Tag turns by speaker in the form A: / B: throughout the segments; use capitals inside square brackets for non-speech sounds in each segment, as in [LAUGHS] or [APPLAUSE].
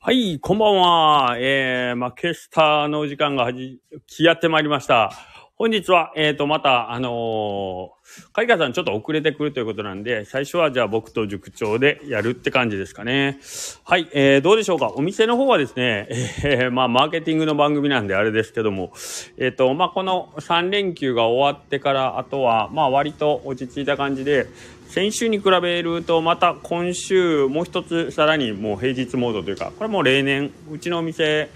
A: はい、こんばんは。えー、負けスターのお時間がはじ、来やってまいりました。本日は、えーと、また、あのー、カイカさんちょっと遅れてくるということなんで、最初はじゃあ僕と塾長でやるって感じですかね。はい、えー、どうでしょうか。お店の方はですね、えー、まあ、マーケティングの番組なんであれですけども、えっ、ー、と、まあ、この3連休が終わってから、あとは、まあ、割と落ち着いた感じで、先週に比べるとまた今週もう一つさらにもう平日モードというかこれもう例年うちのお店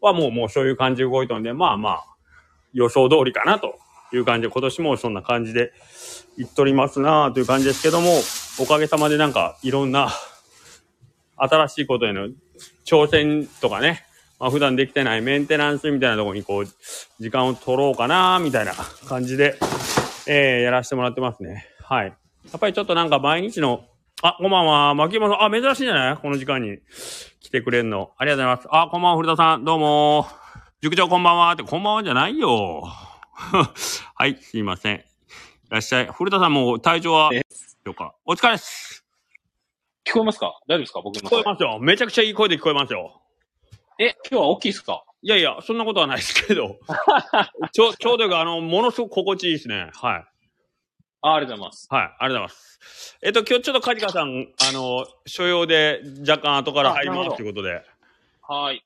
A: はもうもうそういう感じで動いたんでまあまあ予想通りかなという感じで今年もそんな感じでいっとりますなあという感じですけどもおかげさまでなんかいろんな新しいことへの挑戦とかねまあ普段できてないメンテナンスみたいなとこにこう時間を取ろうかなみたいな感じで、えー、やらせてもらってますね。はい。やっぱりちょっとなんか毎日の、あ、こんばんは。牧山さん、あ、珍しいんじゃないこの時間に来てくれんの。ありがとうございます。あ、こんばんは、古田さん。どうも。塾長こんばんは。って、こんばんはじゃないよ。 [LAUGHS] はい、すいません。いらっしゃい。古田さんも体調は、でしょうか。お疲れです。
B: 聞こえますか大丈夫ですか僕
A: の。聞こえますよ。めちゃくちゃいい声で聞こえますよ。
B: え、今日は大きいですか
A: いやいや、そんなことはないですけど。 [LAUGHS] ちょ、ちょうどよく、あの、ものすごく心地いいですね。はい。
B: あありがとうございます。
A: はい、ありがとうございます。えっと、今日ちょっとカジカさん、あの、所要で若干後から入りますということで。
B: はい。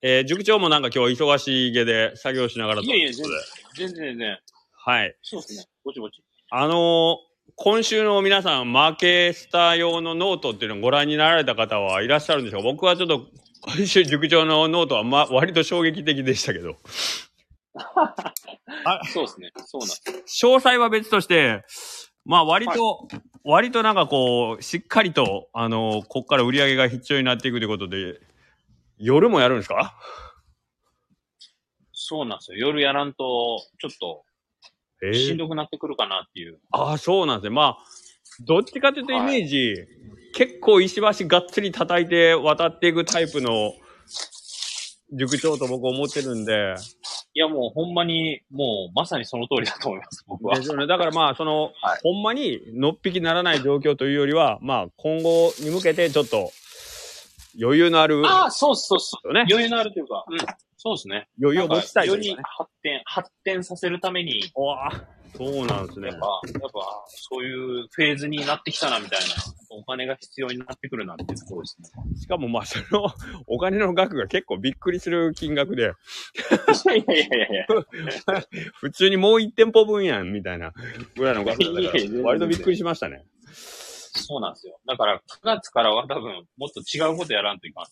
A: えー、塾長もなんか今日忙しげで作業しながら
B: いやいや、全然、全然ね。
A: はい。
B: そうですね。ぼちぼち。
A: あのー、今週の皆さん、マーケスター用のノートっていうのをご覧になられた方はいらっしゃるんでしょうか僕はちょっと、今週塾長のノートは、ま、割と衝撃的でしたけど。
B: あそうですね。そうなん
A: 詳細は別として、まあ割と、はい、割となんかこう、しっかりと、あのー、こっから売り上げが必要になっていくということで、夜もやるんですか
B: そうなんですよ。夜やらんと、ちょっと、えー、しんどくなってくるかなっていう。
A: ああ、そうなんですね。まあ、どっちかというとイメージ、はい、結構石橋がっつり叩いて渡っていくタイプの塾長と僕思ってるんで、
B: いや、もうほんまに、もうまさにその通りだと思います、僕
A: は。ですよね。だからまあ、その、はい、ほんまにのっぴきならない状況というよりは、まあ、今後に向けてちょっと、余裕のある、
B: ね。ああ、そうそうそう。ね、余裕のあるというか、うん、そうですね。
A: 余裕を持ちたい
B: という、ね、より発展、発展させるために。
A: わあ、そうなんですね。
B: やっぱ、やっぱ、そういうフェーズになってきたな、みたいな。お金が必要になってくるなっていうところですね。
A: しかも、まあ、その、お金の額が結構びっくりする金額で。 [LAUGHS]
B: いやいやいやいや。
A: 普通にもう1店舗分やん、みたいなぐ [LAUGHS] らいの額だから、割とびっくりしましたね。
B: そうなんですよ。だから、9月からは多分、もっと違うことやらんと
A: [LAUGHS]
B: いかん。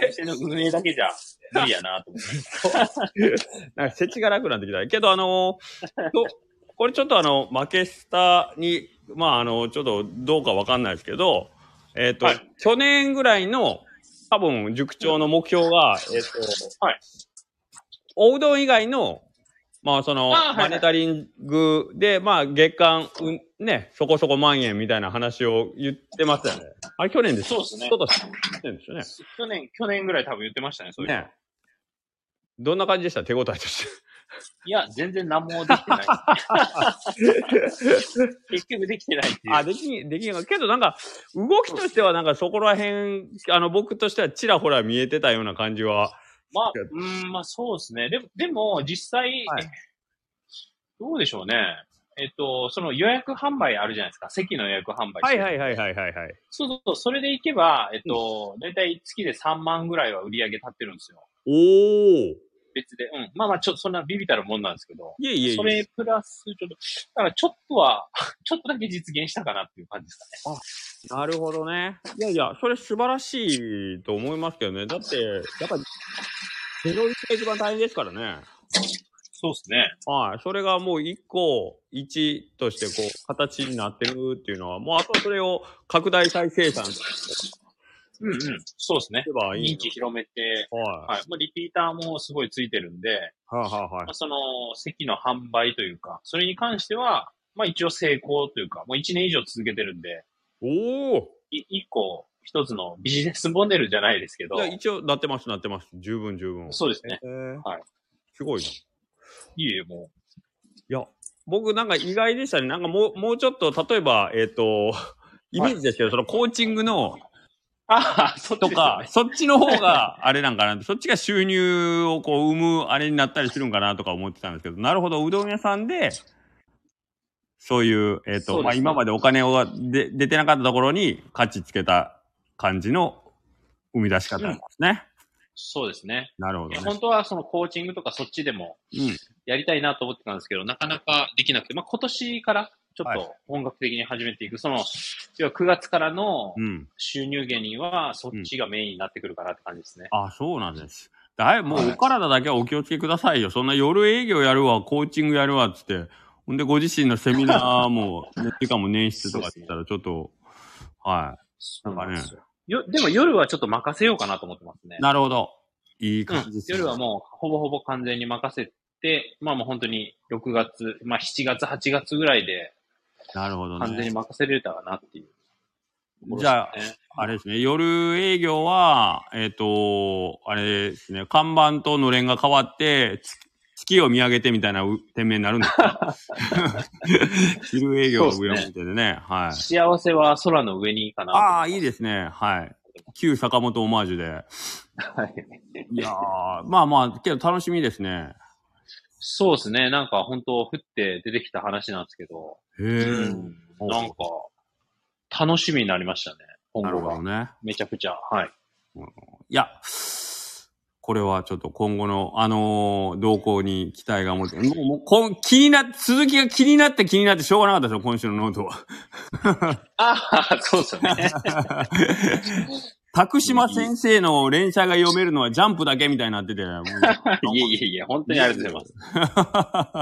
B: 会社の運営だけじゃ無理やなと思って。
A: なんか、設置が楽になってきた。けど、あのー、これちょっとあの、負けスタに、まあ、あの、ちょっとどうかわかんないですけど、えっ、ー、と、はい、去年ぐらいの、多分、塾長の目標が、 [LAUGHS] えっ、ー、と、
B: はい。
A: おうどん以外の、まあ、その、マネタリングで、まあ、月間、うん、ね、そこそこ万円みたいな話を言ってましたよね。あれ、去年です
B: そうですね。
A: そうですね。
B: 去年、去年ぐらい多分言ってましたね、そういう。ね。
A: どんな感じでした手応えとして。
B: いや、全然何もできてない。
A: [LAUGHS]
B: 結局できてないっていう。
A: あ、でき、できない。けどなんか、動きとしてはなんかそこら辺、あの、僕としてはちらほら見えてたような感じは。
B: まあ、うん、まあそうですね。でも、でも実際、はい、どうでしょうね。えっと、その予約販売あるじゃないですか。席の予約販売。
A: はいはいはいはいはい、はい。
B: そうそうそう。それでいけば、えっと、だいたい月で3万ぐらいは売り上げ立ってるんですよ。
A: おー。
B: 別で。うん。まあまあ、ちょっとそんなビビたるもんなんですけど。
A: いえいえ
B: それプラス、ちょっと、だからちょっとは、 [LAUGHS] ちょっとだけ実現したかなっていう感じですか
A: あ、
B: ね。
A: なるほどね。いやいや、それ素晴らしいと思いますけどね。だって、やっぱ、ゼロ1が一番大変ですからね。
B: そうですね。
A: はい。それがもう1個、1としてこう、形になってるっていうのは、もうあとそれを拡大再生産。
B: うんうん。そうですね。認知広めて、はい。はい、まあ、リピーターもすごいついてるんで、
A: はあ、ははい。まあ、
B: その、席の販売というか、それに関しては、まあ一応成功というか、もう1年以上続けてるんで、
A: おお。
B: 1個、一つのビジネスモデルじゃないですけど。
A: 一応、なってます、なってます。十分、十分。
B: そうですね。
A: えー、
B: はい。
A: すごいな。
B: いいえ、も
A: う。いや、僕なんか意外でしたね。なんかもう、もうちょっと、例えば、えっ、ー、と、イメージですけど、はい、そのコーチングの、
B: ああ、そっち
A: と
B: ですよ
A: か
B: ね、
A: そっちの方が [LAUGHS] あれなんかなって、そっちが収入をこう生むあれになったりするんかなとか思ってたんですけど、なるほど、うどん屋さんで、そういう、えっ、
B: そ
A: と、
B: うです
A: まあ、
B: ね
A: 今までお金をで出てなかったところに価値つけた感じの生み出し方なんですね。
B: そうですね。
A: なるほ
B: い
A: ど
B: や
A: ね。
B: 本当はそのコーチングとかそっちでも
A: うん。
B: やりたいなと思ってたんですけど、なかなかできなくて、まあ、今年からちょっ
A: は
B: と本格的に始めていく、その、要は9月からの
A: うん。
B: 収入源にはそっちがメインになってくるかなって感じですね。
A: あ、そうなんです。だいも
B: は
A: う
B: い
A: お体だけはお気をつけくださいよ。そんな夜営業やるわ、コーチングやるわっつって。ほんで、ご自身のセミナー
B: [LAUGHS]
A: も、ね、っていうかもう年出とかって言ったら、ちょっと、は
B: そう
A: なん
B: で
A: かね
B: すよ。よでも夜はちょっと任せようかなと思ってますね
A: い。。なるほど。いいう感じ
B: ん
A: です、ね
B: 夜はもうほぼほぼ完全に任せて、まあもう本当に6月、まあ7月、8月ぐらいで
A: なるほど
B: 完全に
A: ね。
B: 任せれたらなっていう、
A: じゃあ、
B: ね
A: あれですね、夜営業は、えっ、と、あれですね、看板とのれんが変わって、つ月を見上げてみたいなう店名になるんですか
B: [LAUGHS]
A: 昼営業は上を見てねね、はい。
B: 幸せは空の上にかな。
A: ああ、いいですね。はい。旧坂本オマージュで。
B: はい
A: いやー、まあまあ、けど楽しみですね。
B: そうですね。なんか本当、降って出てきた話なんですけど、
A: へえ。
B: うんなんか、楽しみになりましたね。今
A: なる
B: 後
A: ほ
B: が
A: ど。ね。
B: めちゃくちゃ。はい。
A: いや、これはちょっと今後の、あのー動向に期待が持てもう、もうこん、気になって、続きが気になって気になってしょうがなかったですよ、今週のノートは。
B: ああ、そうです
A: [LAUGHS]
B: よね。
A: 拓島先生の連写が読めるのはジャンプだけみたいになって [LAUGHS] て。もう
B: いえいえいえ、本当にありがとうございます。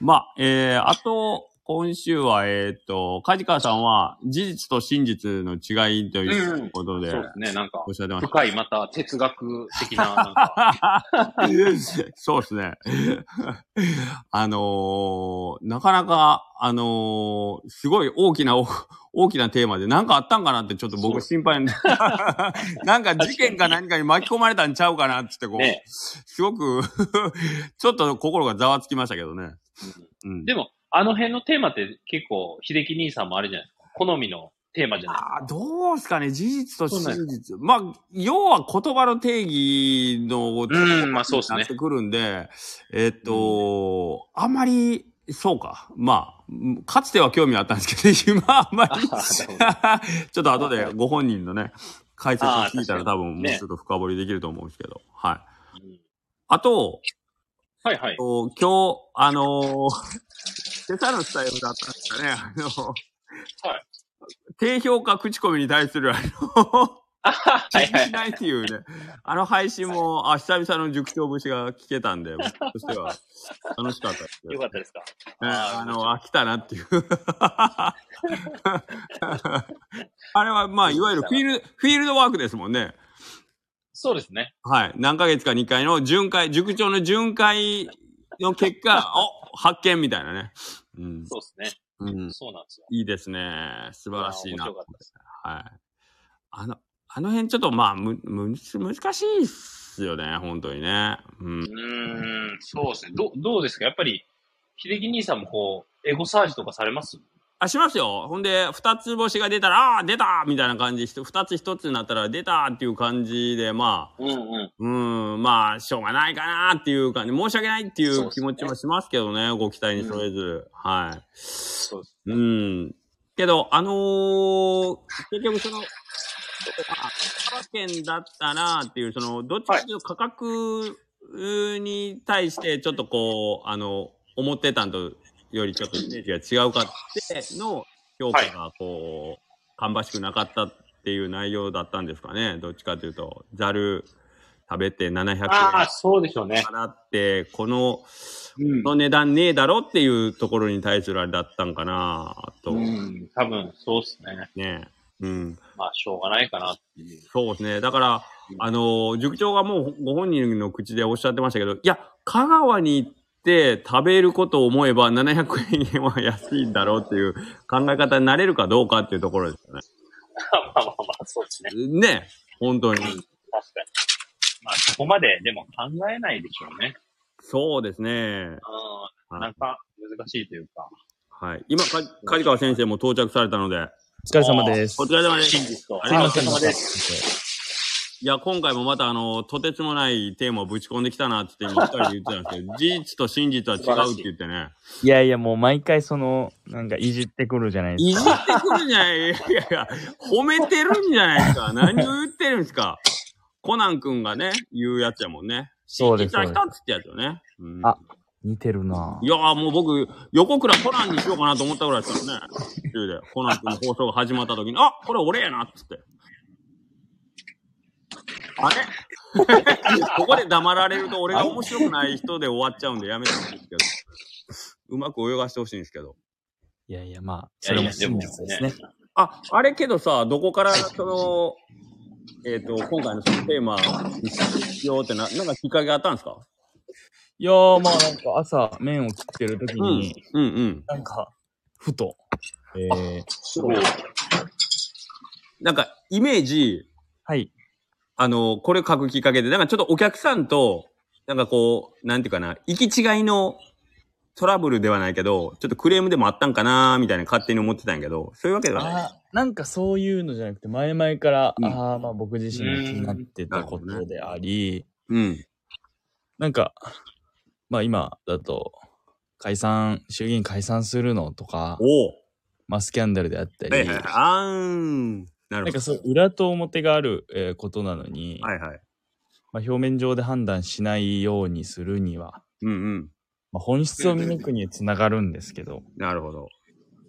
A: まあ、えー、あと、今週は、えーっと、梶川さんは、事実と真実の違いということで、
B: そうですね。なんか
A: お、っしゃってまし
B: 深いまた哲学
A: [LAUGHS]
B: 的な、なんか、
A: た。 [LAUGHS] そうですね。あのー、なかなか、あのー、すごい大きな、お大きなテーマで、なんかあったんかなってちょっと僕心配に [LAUGHS] なんか事件か何かに巻き込まれたんちゃうかなってってこう、
B: ね。
A: すごく、 [LAUGHS] ちょっと心がざわつきましたけどね。うん。
B: でも、あの辺のテーマって結構、秀樹兄さんもあれじゃないですか。好みのテーマじゃないですか。
A: ああ、どうですかね、事実と
B: そうなん
A: 真実。まあ、要は言葉の定義の、
B: うんまあそうっすね
A: なってくるんで、えっと、あまり、そうか。まあ、うんかつては興味あったんですけど、今 [LAUGHS] はあまり、
B: [LAUGHS]
A: ちょっと後でご本人のね、解説を聞いたら
B: あー確
A: 多分もう
B: ね
A: ちょっと深掘りできると思うんですけど、はい。
B: うん
A: あ
B: [LAUGHS]
A: と、
B: は
A: [LAUGHS]
B: いはい。
A: お今日、あのー、 [LAUGHS] 今朝のスタイルだったんですかね、あのー
B: はい
A: 低評価口コミに対する、あの、
B: は
A: 気
B: い
A: に
B: は
A: し
B: い。
A: ないっていうね、 [LAUGHS] あの配信も、あ、久々の塾長節が聞けたんで、僕として [LAUGHS] は楽しかったですけど
B: よかったですか。
A: ね
B: あー
A: あの、飽きたなっていう。 [LAUGHS] あれは、まあ、いわゆるフィールド、フィールドワークですもんね。
B: そうですね。
A: はい。何ヶ月か2回の巡回、塾長の巡回の結果、 [LAUGHS] お発見みたいなね。うん。
B: そうです
A: うん
B: ね。。そうなんですよ。
A: いいですね。素晴らしいな。
B: や
A: は
B: 面白かったです。
A: い。あの、あの辺ちょっとまあ、む、む、難しいっすよね。本当にね。うん。
B: うーん、そうですね。どどうですかやっぱり、秀樹兄さんもこう、エゴサーチとかされます
A: あ、しますよ。ほんで、二つ星が出たら、ああー、出たみたいな感じ。ひと二つ一つになったら、出たっていう感じで、まあ、
B: うんうん。
A: うん、まあ、しょうがないかなっていう感じ。申し訳ないってい
B: そ
A: う
B: うです
A: 気
B: ね
A: 持ちもしますけどね。ご期待に添えず。はい。
B: そうです。
A: うん。けど、あのー結局その、あ香川県だったなっていう、その、どっちかというと価格うーに対して、ちょっとこう、あの、思ってたんとよりちょっとイメージが違うかっての評価が、こう、芳しくなかったっていう内容だったんですかね。どっちかというと、ざる食べて700円
B: ああ、そうでしょうね。
A: 払って、この、
B: うん
A: この値段ねえだろっていうところに対するあれだったんかなと。
B: うん、多分、そうですね。
A: ねえ。うん。
B: [LAUGHS] まあ、しょうがないかなっていう。
A: そうですね。だから、あのー塾長がもうご本人の口でおっしゃってましたけど、いや、香川に行って食べることを思えば700円は安いんだろうっていう考え方になれるかどうかっていうところですよね。
B: まあまあまあ、そうですね。
A: ねえ。本当に。
B: 確かに。まあ、そこまで、でも考えないでしょうね。
A: そうですね。
B: うん。なんか、難しいというか。
A: はい。今、か梶川先生も到着されたので、
C: お疲れ様です。
A: お疲れ様です。
D: 真実と。
A: ありが
D: お疲
A: とう
D: れ
A: ご
D: 様
A: ざい
D: で
A: ま
D: す。
A: いや、今回もまた、あの、とてつもないテーマをぶち込んできたなって今二人で言ってたんですけど、事実と真実は違うって言ってね。
C: いやいや、もう毎回その、なんかいじってくるじゃないですか。
A: いじってくるんじゃないいやいや、褒めてるんじゃないですか。何を言ってるんですか。コナン君がね、言うやつやもんね。
C: そうです
A: 真実は一つってやつよね。うん
C: あ似てるなぁ
A: いやーもう僕、横倉コナンにしようかなと思ったぐらいですからね。途中で、コナン君の放送が始まった時に、あこれ俺やなっつって。あれ [LAUGHS] ここで黙られると俺が面白くない人で終わっちゃうんでやめてほしいんですけど。うまく泳がしてほしいんですけど。
C: いやいや、まあ、
D: いや
C: そ
D: い
C: れ
D: や
C: も
D: で
C: 真
D: も
C: 実ですね。
A: あ、あれけどさ、どこから、その、えっ、と、今回のそのテーマにしようってな、なんかきっかけがあったんですか
C: いやー、まあなんか朝、麺を切ってる時
A: う
C: に、。
A: うんうん。
C: なんか、ふと、えー、
D: そう
A: なんか、イメージ、
C: はい。
A: あの、これ書くきっかけで、なんかちょっとお客さんと、なんかこう、なんていうかな、行き違いのトラブルではないけど、ちょっとクレームでもあったんかなーみたいな勝手に思ってたんやけど、そういうわけではない。
C: あーなんかそういうのじゃなくて、前々から、
A: うん
C: ああ、まあ僕自身が気になってたこ
A: うんなるほど
C: とであり、
A: うん。
C: なんか、まあ今だと、解散、衆議院解散するのとか、
A: おう
C: まあスキャンダルであった
A: は
C: り、
A: いはいはい。あーん。な
C: なん
A: るほ
C: か
A: ど。
C: そう、裏と表がある、えーことなのに、
A: はいはい。
C: まあ、表面上で判断しないようにするには、
A: うんうん。
C: まあ、本質を見抜くにつながるんですけど、
A: なるほど。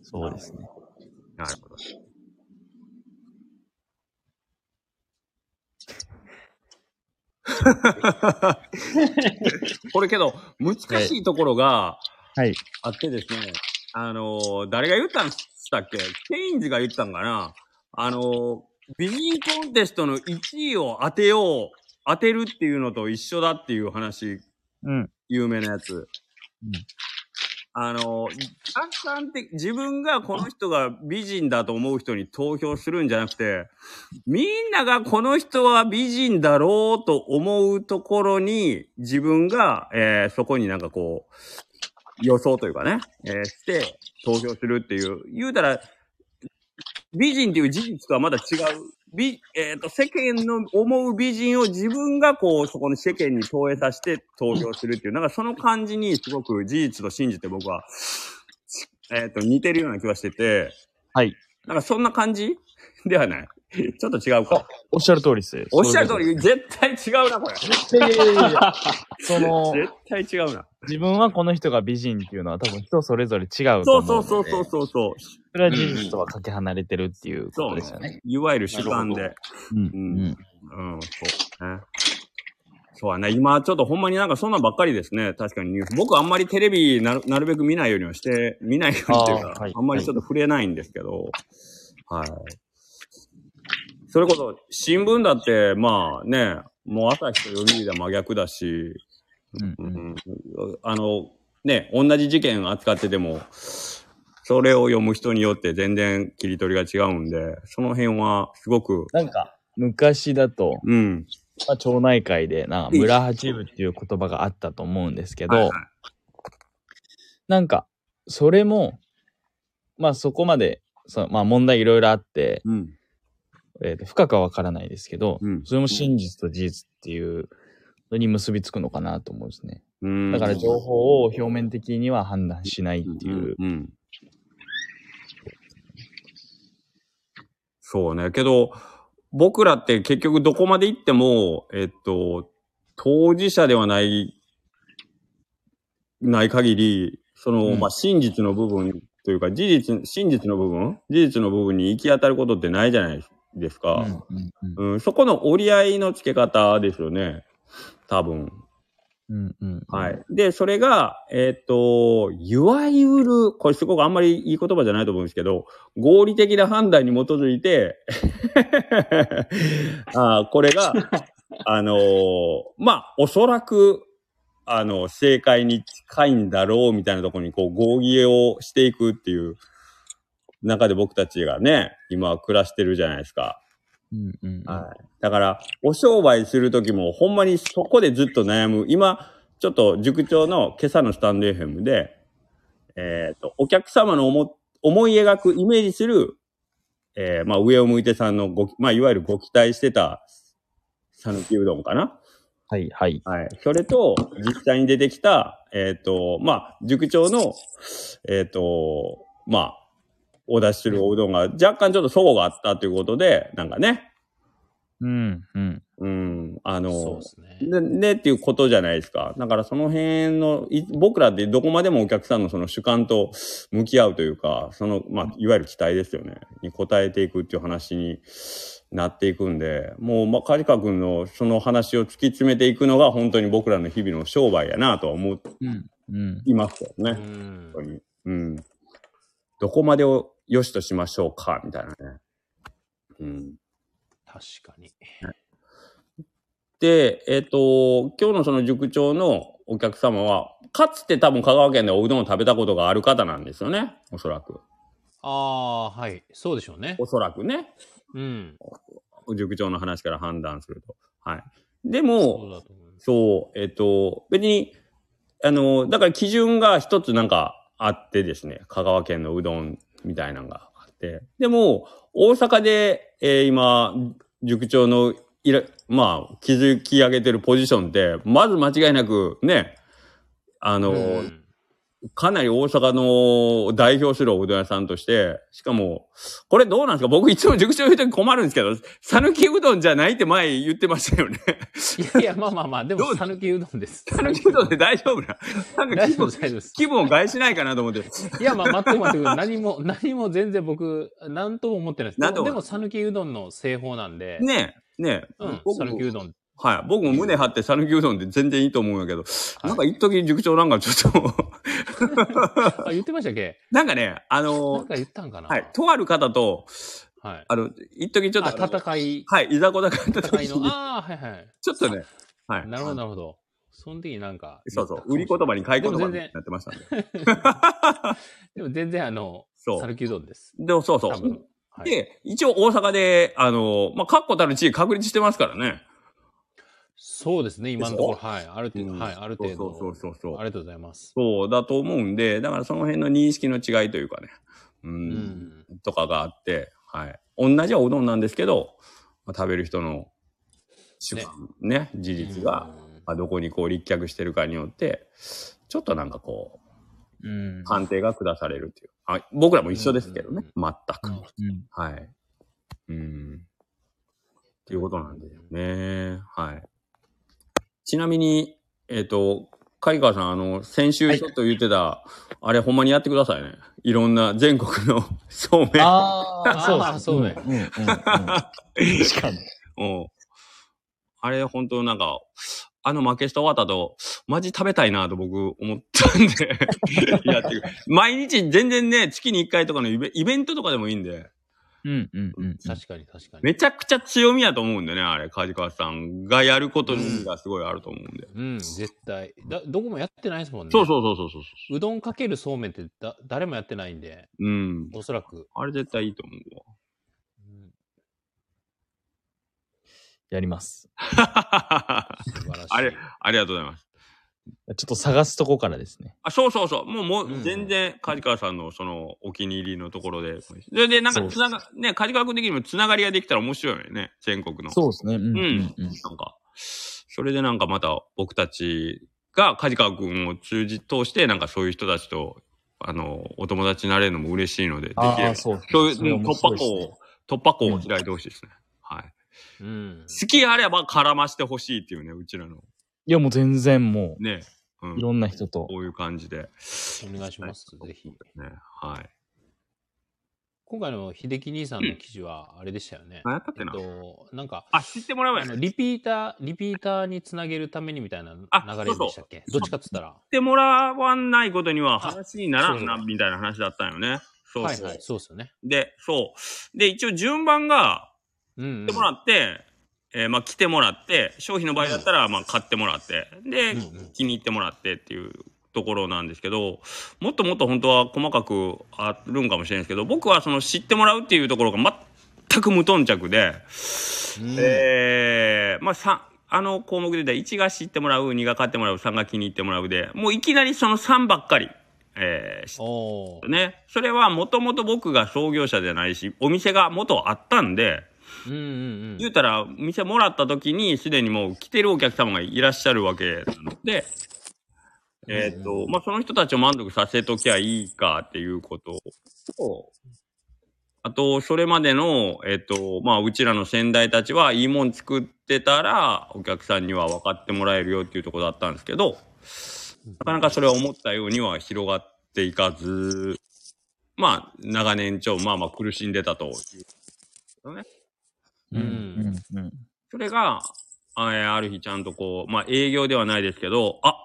C: そうですね。
A: なるほ
C: [LAUGHS]
A: ど。これけど、難しいところが
C: はい。
A: あってですね、あのー誰が言ったんしたっけケインズが言ったんかなあのー美人コンテストの1位を当てよう、当てるっていうのと一緒だっていう話
C: うん。
A: 有名なやつ。
C: うん
A: あの、客観的、自分がこの人が美人だと思う人に投票するんじゃなくて、みんながこの人は美人だろうと思うところに、自分が、えーそこになんかこう、予想というかね、えーして投票するっていう、言うたら、美人っていう事実とはまだ違う。美、えっ、と、世間の思う美人を自分がこう、そこの世間に投影させて投票するっていう、なんかその感じにすごく事実と信じて僕は、えっ、と、似てるような気がしてて。
C: はい。
A: なんかそんな感じ [LAUGHS] ではない。ちょっと違うか。
C: おっしゃる通りです。
A: おっしゃる通り、絶対違うな、これ。絶
C: そういうことです。いやいやいやいやその、
A: 対違うな。
C: 自分はこの人が美人っていうのは多分人それぞれ違うと
A: そう
C: 思
A: そう
C: ので。
A: うそうそうそうそう。
C: それは事実とはかけ離れてるっていうこ
A: そ
C: と
A: う
C: ですよね。
A: ね。いわゆる主観で。
C: うん
A: うんうん、そうね。そうやね。今、ちょっとほんまになんかそんなんばっかりですね。確かにニュース。僕あんまりテレビなるなるべく見ないようにはして、見ないようにっていうか、
C: あ
A: あ,、
C: ーはい
A: んまりちょっと触れないんですけど。はい。それこそ、新聞だって、まあね、もう朝日と読売では真逆だし、
C: うん
A: う
C: うん
A: ん、あの、ね、同じ事件扱ってても、それを読む人によって全然切り取りが違うんで、その辺はすごく、
C: なんか、昔だと、
A: うん、
C: まあ、町内会で、なんか、村八部っていう言葉があったと思うんですけど、
A: はいはい
C: なんか、それも、まあそこまで、そのまあ問題いろいろあって、
A: うん。
C: えーと深くはわからないですけど、
A: うん
C: それも真実と事実っていうのに結びつくのかなと思うんですね。
A: うん
C: だから情報を表面的には判断しないっていう。
A: んんそうね。けど、僕らって結局どこまで行っても、えっと、当事者ではない、ない限り、その、
C: うん
A: まあ、真実の部分というか、事実、真実の部分事実の部分に行き当たることってないじゃないです
C: うん
A: か。
C: うんうん
A: うん、そこの折り合いのつけ方ですよね。多分。
C: うんうん
A: はい。。で、それが、えーっと、いわゆる、これすごくあんまりいい言葉じゃないと思うんですけど、合理的な判断に基づいて、 [LAUGHS] あーこれが、 [LAUGHS] あのーまあ、おそらく、あの、正解に近いんだろうみたいなところに、こう、合議をしていくっていう中で僕たちがね、今暮らしてるじゃないですか。
C: うんうん
A: はい。だから、お商売するときも、ほんまにそこでずっと悩む。今、ちょっと塾長の今朝のスタンド FM で、えっ、と、お客様の思思い描く、イメージする、えーまあ、上を向いてさんのご、まあ、いわゆるご期待してた、讃岐うどんかな。
C: はい、はい。
A: はい。それと、実際に出てきた、えっ、と、まあ、塾長の、えっ、と、まあ、お出しするおうどんが若干ちょっと齟齬があったということで、なんかね、
C: うん、うん。
A: うん、あの、
B: そうですね。
A: で、ねっていうことじゃないですか。だからその辺の、い僕らってどこまでもお客さんのその主観と向き合うというか、その、まあ、いわゆる期待ですよね。に応えていくっていう話になっていくんで、もう、まあ、カリカ君のその話を突き詰めていくのが本当に僕らの日々の商売やなとは思
C: うん、うん。
A: いますよね。
B: うん
A: 本当に。うん。どこまでを良しとしましょうか、みたいなね。うん。
B: 確かに。
A: で、えっ、と、今日のその塾長のお客様は、かつて多分香川県でおうどんを食べたことがある方なんですよね。おそらく。
B: ああー、はい。そうでしょうね
A: お。そらくね。
B: うん。
A: 塾長の話から判断すると。はい。で
B: そう
A: も、
B: だと思います。
A: そう、えっ、と、別に、あの、だから基準が一つなんかあってですね。香川県のうどんみたいなのがあって。でも、大阪で、えー今、塾長のいら、まあ、築き上げてるポジションって、まず間違いなく、ね、あの、
B: うん
A: かなり大阪の代表するおうどん屋さんとして、しかも、これどうなんですか僕いつも塾長言うとき困るんですけど、讃岐うどんじゃないって前言ってましたよね。
B: いやいや、まあまあまあ、で
A: ど
B: も、
A: う
B: さぬきうどんで
A: [LAUGHS]
B: す。
A: 讃岐うどんで大丈夫な。なんか
B: 大
A: 気
B: 丈夫
A: 分
B: です、、大丈夫です。
A: 気分を害しないかなと思って。
B: いや、まあ、待って待ってください。何も、何も全然僕、何とも思ってないです。
A: なんと
B: で
A: も
B: も、さぬきうどんの製法なんで、
A: ねえ、ねえ。
B: うん、
A: 僕
B: さぬきうどん。
A: はい。僕も胸張って讃岐うどんで全然いいと思うんやけど、なんか一時塾長なんかちょっと、 [LAUGHS]
B: あ、言ってましたっけ
A: なんかね、あの
B: なんか言ったんかな
A: はい。とある方と、
B: はい。
A: あの、一時ちょっと、
B: あ、戦い、
A: はい、いざこざがあった
B: [LAUGHS] 戦い
A: 時
B: の、
A: に、
B: ああ、はいはい。
A: ちょっとね、はい。
B: なるほど、なるほど。その時になんか。
A: そうそう、売り言葉に買い言葉になってましたね。
B: でも全然あの、
A: そう
B: サルキうどんです。
A: でもそうそ
B: 多分
A: う。。
B: はい
A: で、一応大阪で、あの、まあ、確固たる地位確立してますからね。
B: そうですね、今のところ。
A: で
B: はい。ある程
A: うん
B: 度、はい。ある程度。
A: そうそうそうそう
B: ありがとうございます。
A: そうだと思うんで、だからその辺の認識の違いというかね、う、
B: うんん。
A: とかがあって、はい。同じはおうどんなんですけど、まあ食べる人の主観、ね、事実が、まあどこにこう立脚してるかによって、ちょっとなんかこう、
C: うん。
A: 判定が下されるっていう。あ僕らも一緒ですけどね、
B: うん
A: 全く。
B: うん
C: うん
A: はい。うん。ということなんですよね。はい。ちなみに、えっ、と、カイカーさん、あの、先週
C: はい
A: ちょっと言ってた、あれほんまにやってくださいね。いろんな全国の [LAUGHS] そうめん
C: あ
A: [LAUGHS]
B: あーそうね
C: うん、うん、うん。確かに。
A: を。あれ本当なんか、あの負けした終わった後、マジ食べたいなと僕思ったんで、
C: [LAUGHS]
A: やってく毎日全然ね、月に1回とかのイベイベントとかでもいいんで。
C: うん、うん、うん。
B: 確かに、確かに。
A: めちゃくちゃ強みやと思うんでね、あれ、梶川さんがやることに意味がすごいあると思うんで。
B: うん、絶対。だ、どこもやってないですもんね。。
A: そうそうそうそうそう
B: うどんかけるそうめんってだ、誰もやってないんで、
A: う。うん。
B: おそらく。
A: あれ絶対いいと思うわ。 [LAUGHS]
B: うん
C: やります。
B: 素晴らしい。
A: あれありがとうございます。
C: ちょっと探すとこからですね。
A: あ、そうそうそう。もう、も
B: う
A: う、
B: ん
A: 全然、梶川さんの、その、お気に入りのところで。それで、なんか、
C: そう
A: つなが、ね、梶川君的にもつながりができたら面白いよね、全国の。
C: そうですね。うん、
A: う
C: うんん、う
A: な
C: ん。
A: んか、それでなんかまた僕たちが梶川君を通じ通して、なんかそういう人たちと、あの、お友達になれるのも嬉しいので、でき
C: あ
A: れば
C: あ、そう。
A: そういう
C: それ
A: うん突
C: 面
A: 破
C: 白
A: 口
C: いですね
A: を、突破口を開いてほしいですね。はい。
B: うん。
A: 好きあれば絡ましてほしいっていうね、うちらの。
C: いや、もう全然も
A: ね。う
C: う、い
A: ん。
C: ろんな人と。
A: こういう感じで。
B: お願いします、ぜひ。
A: ね。はい。
B: 今回の秀樹兄さんの記事は、あれでしたよね。
A: 何やったっ
B: え
A: け
B: っ
A: な。
B: と、なんか、
A: あ、知ってもらえばい
B: あ
A: い。知
B: の
A: っ
B: リピーター、リピーターにつなげるためにみたいな流
A: あ
B: れでしたっけどっちかっつったら。
A: てもらわないことには話にならんな、
B: あそ
A: みたいな話だったんよね。そう
B: はい
A: そう。
B: はい、そうですよね。
A: で、そう。で、一応順番が、
B: うん、う
A: 来
B: ん。
A: てもらって、えーまあ来てもらって、商品の場合だったら、まあ買ってもらって、で、
B: うんうん
A: 気に入ってもらってっていうところなんですけど、もっともっと本当は細かくあるんかもしれないですけど、僕はその知ってもらうっていうところが全く無頓着で、
B: うん
A: えーまあさ、あの項目で言ったら1が知ってもらう、2が買ってもらう、3が気に入ってもらうで、もういきなりその3ばっかり。えーし
B: おー
A: ね、それはもともと僕が創業者じゃないし、お店が元あったんで、
B: うんうん
A: 言
B: うん。
A: うたら、店もらった時に、すでにもう来てるお客様がいらっしゃるわけなので、えっ、と、まあ、その人たちを満足させときゃいいかっていうことと、あと、それまでの、えっ、と、まあ、うちらの先代たちはいいもん作ってたら、お客さんには分かってもらえるよっていうところだったんですけど、なかなかそれは思ったようには広がっていかず、まあ、長年ちょ、まあまあ苦しんでたという
C: うんうんうん
A: それが、あえーある日ちゃんとこう、まあ営業ではないですけど、あ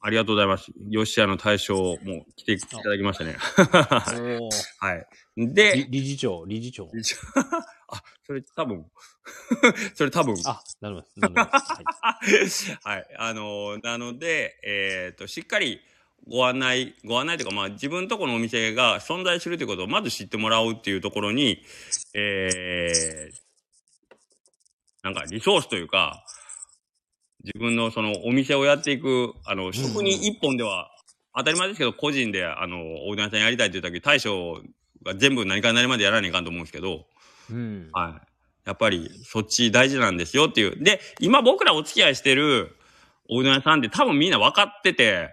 A: ありがとうございます。吉谷の大将、もう来ていただきましたね。
B: [LAUGHS] おー
A: はい。
B: り
A: で、
B: 理事長、理事長。
A: あ、それ多分、 [LAUGHS] それ多分、
B: あ、なるほど。なるほどはい
A: [LAUGHS] はい。あのーなので、えっ、と、しっかりご案内、ご案内というか、まあ自分とこのお店が存在するということをまず知ってもらうっていうところに、えー、なんかリソースというか、自分のそのお店をやっていく、あの、職人一本では、当たり前ですけど、個人で、あの、オーディナーさんやりたいって言った時、大将が全部何から何までやらないかんと思うんですけど、
B: うん。
A: はい。やっぱりそっち大事なんですよっていう。で、今僕らお付き合いしてるおうどん屋さんって多分みんな分かってて、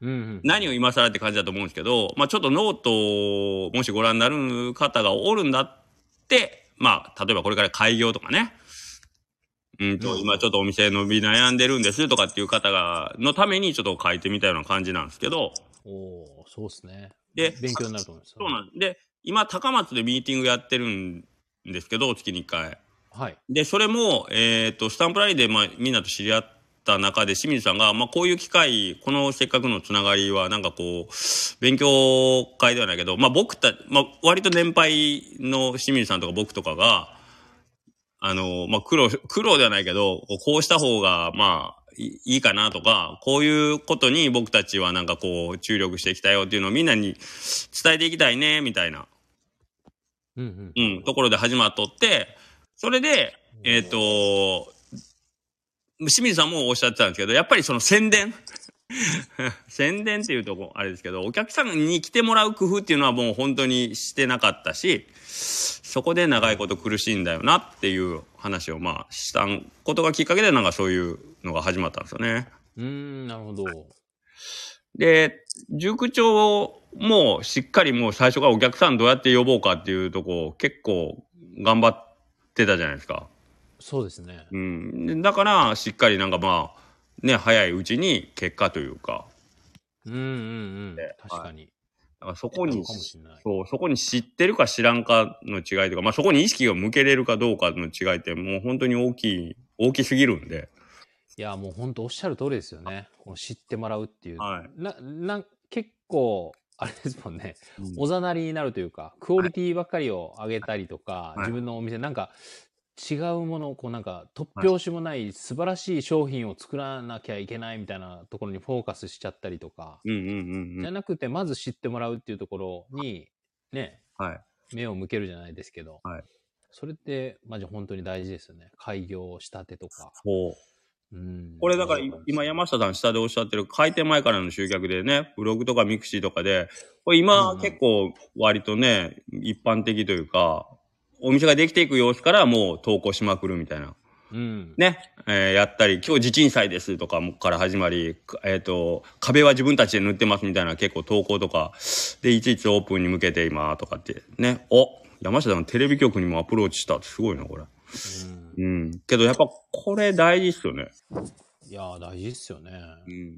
B: うんうん。
A: 何を今更って感じだと思うんですけど、まあちょっとノートをもしご覧になる方がおるんだって、まあ例えばこれから開業とかね、うんと、今ちょっとお店伸び悩んでるんですとかっていう方が、のためにちょっと書いてみたような感じなんですけど、
B: おーそうですね。
A: で、
B: 勉強になると思います。
A: そうなんで、今高松でミーティングやってるんですけど、月に1回。
B: はい。
A: で、それも、えっ、と、スタンプラリーで、まあ、みんなと知り合った中で、清水さんが、まあ、こういう機会、このせっかくのつながりは、なんかこう、勉強会ではないけど、まあ、僕た、まあ、割と年配の清水さんとか僕とかが、あの、まあ、苦労、苦労ではないけど、こうした方が、まあ、いいいかなとか、こういうことに僕たちはなんかこう、注力していきたいよっていうのをみんなに伝えていきたいね、みたいな。
B: うん
A: う
B: うん。
A: ん、ところで始まっとって、それで、えっ、と、清水さんもおっしゃってたんですけど、やっぱりその宣伝 [LAUGHS] 宣伝っていうとこ、あれですけど、お客さんに来てもらう工夫っていうのはもう本当にしてなかったし、そこで長いこと苦しいんだよなっていう話をまあしたことがきっかけでなんかそういうのが始まったんですよね。
B: うーん、なるほど。
A: で、塾長もしっかりもう最初からお客さんどうやって呼ぼうかっていうとこを結構頑張ってたじゃないですか。
B: そうですね。
A: うん。でだからしっかりなんかまあ、ね、早いうちに結果というか、
B: うんうんうん
A: で。
B: 確かに。
A: だからそこに、
B: かもしれない。
A: そう、そこに知ってるか知らんかの違いとか、まあそこに意識が向けれるかどうかの違いってもう本当に大きい、大きすぎるんで。
B: いや、もう本当おっしゃる通りですよね。この知ってもらうっていう。
A: は
B: な、な、結構、あれですもんね。
A: うん
B: おざなりになるというか、クオリティばっかりを上げたりと
A: は、
B: か
A: い
B: 自分のお店、なんか、違うものを、こうなんか、突拍子もない素晴らしい商品を作らなきゃいけないみたいなところにフォーカスしちゃったりとか、
A: うんうんうん
B: じ
A: う
B: ゃ
A: ん。
B: なくて、まず知ってもらうっていうところに、ね、
A: はい。
B: 目を向けるじゃないですけど、
A: はい
B: それって、マジ本当に大事ですよね。開業したてとか。
A: そう。
B: うん
A: これだからい今山下さん下でおっしゃってる開店前からの集客でね、ブログとかミクシーとかで、これ
B: うん
A: 今
B: うん
A: 結構割とね、一般的というか、お店ができていく様子からもう投稿しまくるみたいな。
B: うん。
A: ね、えーやったり、今日地鎮祭ですとかもから始まり、くえっ、と、壁は自分たちで塗ってますみたいな結構投稿とか、で、いちいちオープンに向けて今とかって、ね、お山下さんテレビ局にもアプローチしたってすごいな、これ。
B: うん
A: うん。けどやっぱこれ大事っすよね。
B: いやー、大事ですよね。
A: うん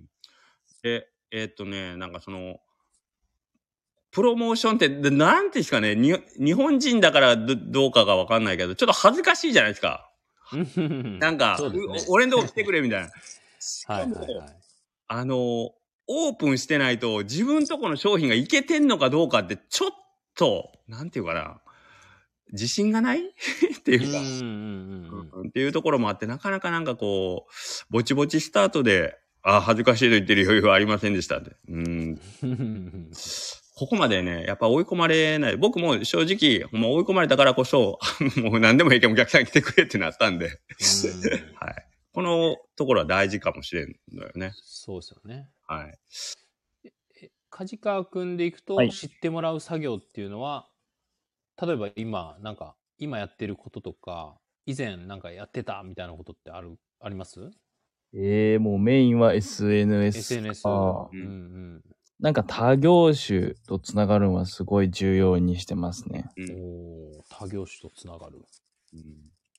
A: で、えーっとね、なんかその、プロモーションって、でなんていうんですかね、に日本人だからどどうかがわかんないけど、ちょっと恥ずかしいじゃないですか。なんか、
B: そうです
A: う
B: ね。
A: 俺んとこ来てくれみたいな。
B: [LAUGHS]
A: [LAUGHS]
B: はいはいはい。
A: あの、オープンしてないと自分とこの商品がいけてんのかどうかって、ちょっと、なんていうかな、自信がない [LAUGHS] っていうか。
B: うんうんうんうん。
A: っていうところもあって、なかなかなんかこう、ぼちぼちスタートで、あ恥ずかしいと言ってる余裕はありませんでしたって。うん。
B: [LAUGHS]
A: ここまでね、やっぱ追い込まれない。僕も正直、ほんま追い込まれたからこそ、 [LAUGHS] もう何でもいいけどお客さん来てくれってなったんで、
B: うん
A: はい。このところは大事かもしれんのよね。
B: そうですよね。
A: はい。
B: 梶川君でいくと
C: はい
B: 知ってもらう作業っていうのは、例えば今、なんか、今やってることとか、以前なんかやってたみたいなことってある、あります
C: えー、もうメインは SNS か。
B: ?SNS。うんうん。
C: なんか他業種とつながるのはすごい重要にしてますね。
D: う
B: お
D: ん
B: お他業種とつながる。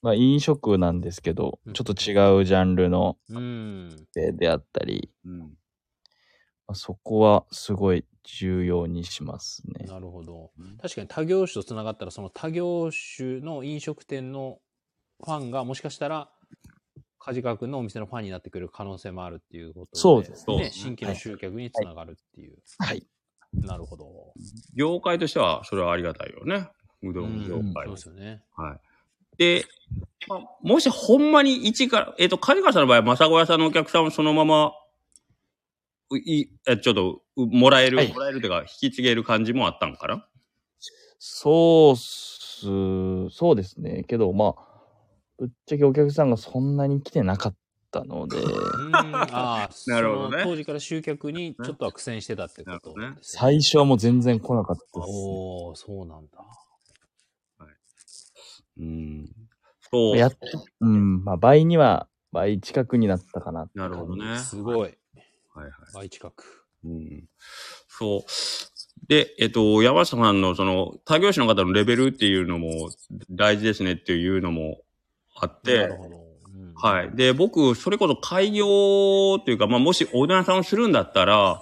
C: まあ飲食なんですけど
B: うん、
C: ちょっと違うジャンルの
B: うん。
C: でであったり、
D: うん
C: まあそこはすごい重要にしますね。
B: なるほど
D: うん。
B: 確かに他業種とつながったら、その他業種の飲食店のファンが、もしかしたら、梶川君のお店のファンになってくれる可能性もあるっていうことで、
C: そうです
D: ね
B: ね。新規の集客につながるっていう。
C: はい。
B: なるほど。
A: 業界としては、それはありがたいよね。うどん業
C: うん
A: 界。
B: そうです
A: [LAUGHS]
B: よね。
A: はい。で、まあ、もしほんまに一から、えっ、と、カリカさんの場合は、マサゴ屋さんのお客さんをそのまま、ういえちょっと、うもらえる、
C: はい
A: もらえるというか、引き継げる感じもあったんかな
C: そうっす、そうですね。けどまあ、ぶっちゃけお客さんがそんなに来てなかったので、
B: うん、ああ、
A: なるほどね
B: その当時から集客にちょっとは苦戦してたってこと
A: なるほどね
B: ですね。
C: 最初はもう全然来なかったです。
B: おお、そうなんだ。
A: うん。そう。
C: やっうん、まあ倍には倍近くになったかな。
A: なるほどね。はい
B: すごい。
A: はい。
B: 倍近く。
A: うんそう。で、えっと、山下さんのその、他業種の方のレベルっていうのも大事ですねっていうのもあっ
B: な
A: て
B: る、ほど。うん
A: はい。で、僕、それこそ開業というか、まあ、もしオーナーさんをするんだったら、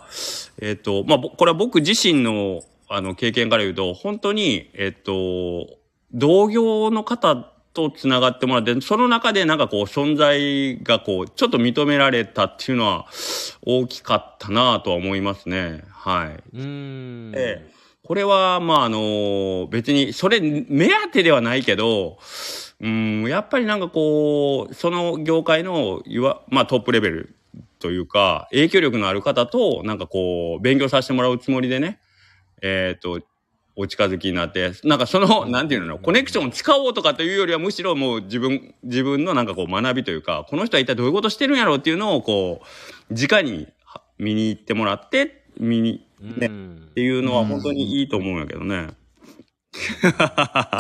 A: えっと、まあ、ぼこれは僕自身の、あの、経験から言うと、本当に、えっと、同業の方と繋がってもらって、その中でなんかこう、存在がこう、ちょっと認められたっていうのは、大きかったなとは思いますね。はい。
B: うーん。
A: えこれは、まあ、あの、別に、それ、目当てではないけど、うん、やっぱりなんかこう、その業界の、いわ、まあ、トップレベルというか、影響力のある方と、なんかこう、勉強させてもらうつもりでね、えっ、と、お近づきになって、なんかその、なんていうの、コネクションを使おうとかというよりは、むしろもう自分、自分のなんかこう、学びというか、この人は一体どういうことしてるんやろうっていうのを、こう、直には見に行ってもらって、見に、ね
B: うん
A: っていうのは本当にいいと思うんやけどね。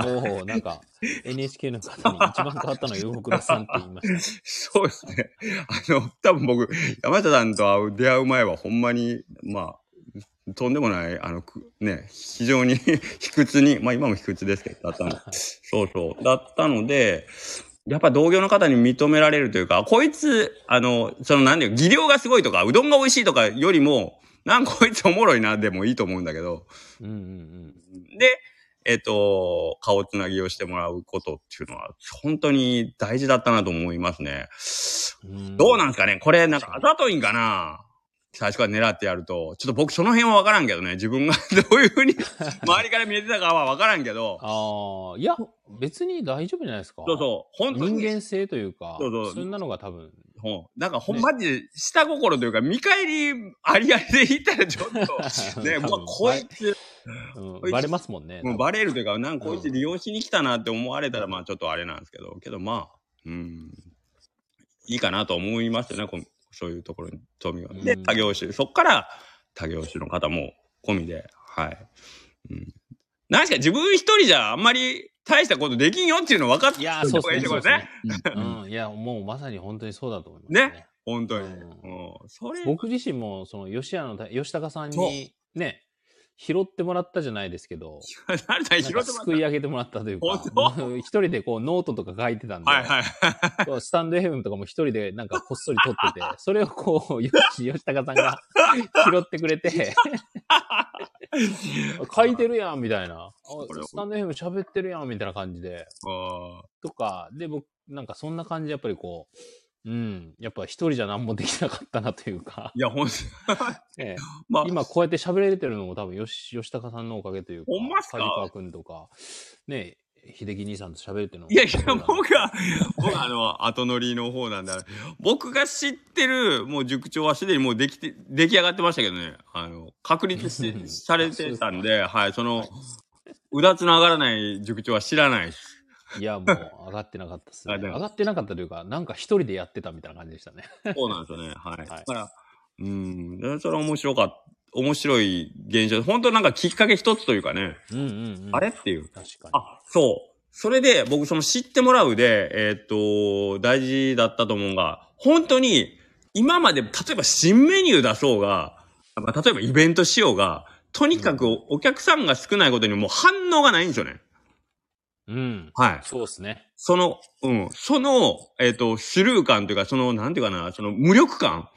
B: おお、なんか、NHK の方に一番変わったのは洋倉さんって言いました。
A: そうですね。あの、多分僕、山下さんと会う、出会う前はほんまに、まあ、とんでもない、あの、くね、非常に [LAUGHS] 卑屈に、まあ今も卑屈ですけど、だったの。そうそう。だったので、やっぱ同業の方に認められるというか、こいつ、あの、その何ていうの技量がすごいとか、うどんが美味しいとかよりも、なんかこいつおもろいな、でもいいと [LAUGHS] 思うんだけど、
B: うんうん
A: で、えっ、と、顔つなぎをしてもらうことっていうのは、本当に大事だったなと思いますね。
B: うんうん。
A: どうなん
B: ん
A: ですかねこれ、なんか、あざといんかな最初から狙ってやると。ちょっと僕、その辺はわからんけどね。自分が [LAUGHS] どういうふうに周りから見えてたかはわからんけど。
B: ああ、いや、別に大丈夫じゃないですか。
A: そうそう。本当
B: 人
A: に。
B: 間性というか、
A: そうそう
B: そんなのが多分、
A: ほうなんか、ほんまに、下心というか、見返りありありで言ったらちょっと、ね、
B: 多分
A: もうこいつ、
B: うん
A: こいつ
B: バレますもんね。
A: もう
B: レ
A: バレるというか、なんかこいつ
B: うん
A: 利用しに来たなって思われたら、まあちょっとあれなんですけど、けどまあ、うん、いいかなと思いますよね、こうそういうところに興味が。で、
B: うん
A: 他業種、そっから他業種の方も込みで、はい。うん。なんですか、自分一人じゃあんまり大したことできんよっていうの分かって
B: いやー、そうですね。
A: こ
B: そう
A: れ
B: っ
A: こ
B: す
A: れね
B: ね。うん、いや、もうまさに本当にそうだと思います
A: ね本当に。う
B: うん
A: ん。それ、
B: 僕自身も、その、吉野のた、吉高さん
A: そう
B: に、ね、拾ってもらったじゃないですけど、
A: 誰だ、拾
B: な
A: っ
B: ん
A: て
B: か
A: も
B: 救い上げてもらったというか
A: 本、
B: [LAUGHS] 一人でこう、ノートとか書いてたんで、
A: らった。はいはい。
B: そうスタンド FM とかも一人でなんかこっそり撮っ
A: [LAUGHS]
B: てて、それをこう、よし、吉高さんが拾ってく
A: [LAUGHS]
B: れて、書いてるやん、みたいな。
A: れ
B: スタンド FM 喋ってるやん、みたいな感じで。
A: あ
B: とか、で、僕、なんかそんな感じでやっぱりこう、うん、やっぱ一人じゃ何もできなかったなというか
A: ー、いや、ほん、 [LAUGHS]
B: ええ
A: まあ、
B: 今こうやって喋れてるのも多分よし、吉高さんのおかげというか、
A: ほんまっすか
B: 梶川くんとか、ね、秀樹兄さんと喋れてるのも
A: いやいや、僕は、僕はあの、後乗りの方なんだ。僕が知ってる、もう塾長はすでにもうできて、出来上がってましたけどね。あの、確立しされてたんで、
B: [LAUGHS]
A: はい、その、うだつの上がらない塾長は知らないです。
B: いや、もう上 [LAUGHS] がってなかったっすね。
A: 上がってなかった
B: 上がってなかったというか、なんか一人でやってたみたいな感じでしたね。
A: そうなんですよね。はい。
B: はい
A: だから、うん、それは面白かった。面白い現象。本当なんかきっかけ一つというかね、
B: うんうんうん。
A: あれっていう。
B: 確かに。
A: あ、そう。それで、僕、その知ってもらうで、えーっと、大事だったと思うんが、本当に、今まで、例えば新メニュー出そうが、まあ例えばイベントしようが、とにかくお客さんが少ないことにもう反応がないんですよね。
B: うん。
A: はい。
B: そうですね。
A: その、うん。その、えーっと、スルー感というか、その、なんていうかな、その無力感。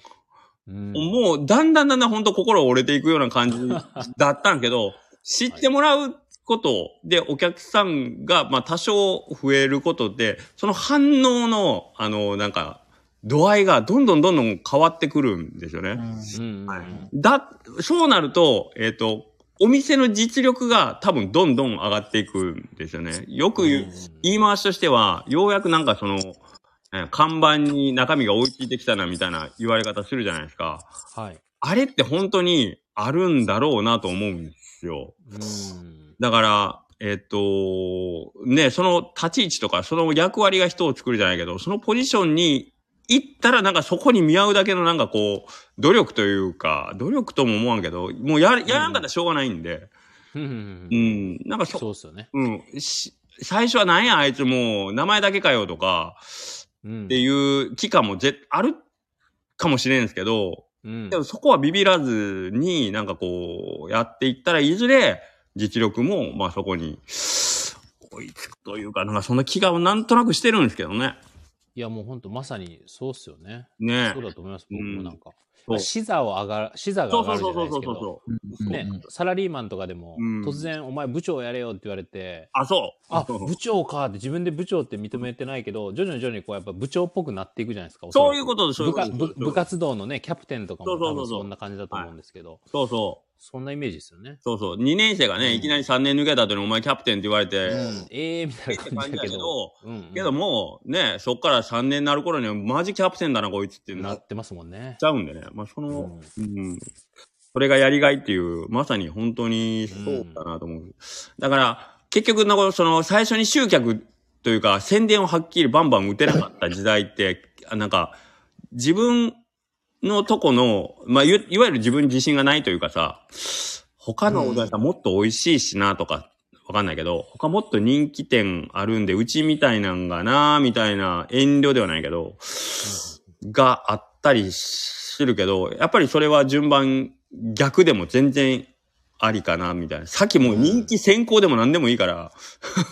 B: うん。
A: もう、だんだんだんだん本当心折れていくような感じ
B: [LAUGHS]
A: だったんけど、知ってもらうことでお客さんが、まあ多少増えることで、その反応の、あの、なんか、度合いがどんどんどんどん変わってくるんですよね。
B: うんうん
A: は
B: う
A: い
B: ん。
A: だ、そうなると、えっ、と、お店の実力が多分どんどん上がっていくんですよね。よく言う、言い回しとしては、ようやくなんかその、え看板に中身が追いついてきたなみたいな言われ方するじゃないですか。
B: はい。
A: あれって本当にあるんだろうなと思うんですよ。
B: うん。
A: だから、えっと、ね、その立ち位置とか、その役割が人を作るじゃないけど、そのポジションに行ったらなんかそこに見合うだけのなんかこう、努力というか、努力とも思わんけど、もうや、やらんかったらしょうがないんで、
B: うんう
A: う
B: んうん。
A: ん、なんかそ、
B: [LAUGHS] そうっすよね。
A: うん、し、最初はなんやあいつもう名前だけかよとか
B: うん
A: っていう期間もぜ、あるかもしれんすけど、
B: うん
A: でもそこはビビらずに、なんかこう、やっていったら、いずれ実力も、まあそこに、追いつくというか、なんかそんな気がなんとなくしてるんですけどね。
B: いや、もう本当まさにそうっすよね。
A: ね
B: そうだと思います、
A: うん
B: 僕もなんか。
A: そう
B: 視座を上がる、視座が
A: そう
B: 上が
A: そう
B: るじ
A: そ
B: ゃ
A: うそうそう
B: ないですけ
A: そう
B: ど、
A: そう。
B: ね、サラリーマンとかでも
A: うん、
B: 突然、お前部長やれよって言われて、
A: あ、そう。 [LAUGHS]
B: あ、
A: そう
B: 部長かって自分で部長って認めてないけど、徐々に徐々にこうやっぱ部長っぽくなっていくじゃないですか。おそら
A: そ
B: く
A: ういうことですそういう
B: 部
A: こ
B: 下
A: とです
B: 部部活動のね、キャプテンとかも
A: そうそう
B: 多
A: そう
B: 分
A: そう
B: そんな感じだと思うんですけど、
A: そうそう。
B: そんなイメージですよね。
A: そうそう。2年生がね、いきなり3年抜けた後にお前キャプテンって言われて、
B: うんええー、みたいな感じだけど、うんうん
A: けどもう、ね、そっから3年になる頃にはマジキャプテンだな、こいつってな
B: な
A: っ
B: ってますもんね
A: ち。ゃうんでね。まあその、
B: うん
A: うん。それがやりがいっていう、まさに本当にそうだなと思う。だから、結局の、その、最初に集客というか、宣伝をはっきりバンバン打てなかった時代って、 [LAUGHS] あなんか、自分のとこの、まあ、いいわゆる自分に自信がないというかさ、他のお店さんもっと美味しいしなとか、わかんないけど、他もっと人気店あるんで、うちみたいなんがなみたいな遠慮ではないけど、があったりするけど、やっぱりそれは順番逆でも全然ありかな、みたいな。さっきもう人気先行でも何でもいいから、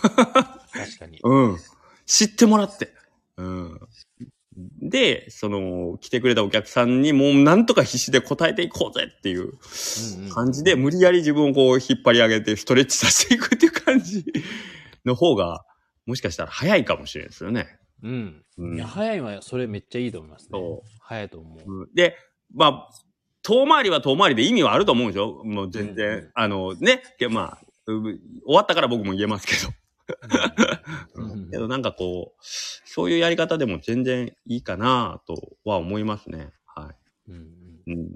B: 確かに。
A: うん。知ってもらって。うん。で、その、来てくれたお客さんにもうなんとか必死で応えていこうぜっていう
B: うんうん
A: 感じで、無理やり自分をこう引っ張り上げてストレッチさせていくっていう感じの方が、もしかしたら早いかもしれないですよね。
B: うん。
A: うん
B: いや、早いはそれめっちゃいいと思いますね
A: そ。
B: 早いと思う。
A: うんで、まあ、遠回りは遠回りで意味はあると思うんですよ。もう全然。
B: うんうん
A: あの、ね。けまあ、う終わったから僕も言えますけど。
B: うんうん
A: けどなんかこう、そういうやり方でも全然いいかなとは思いますね。は
B: うんうん [LAUGHS]
A: い。うん、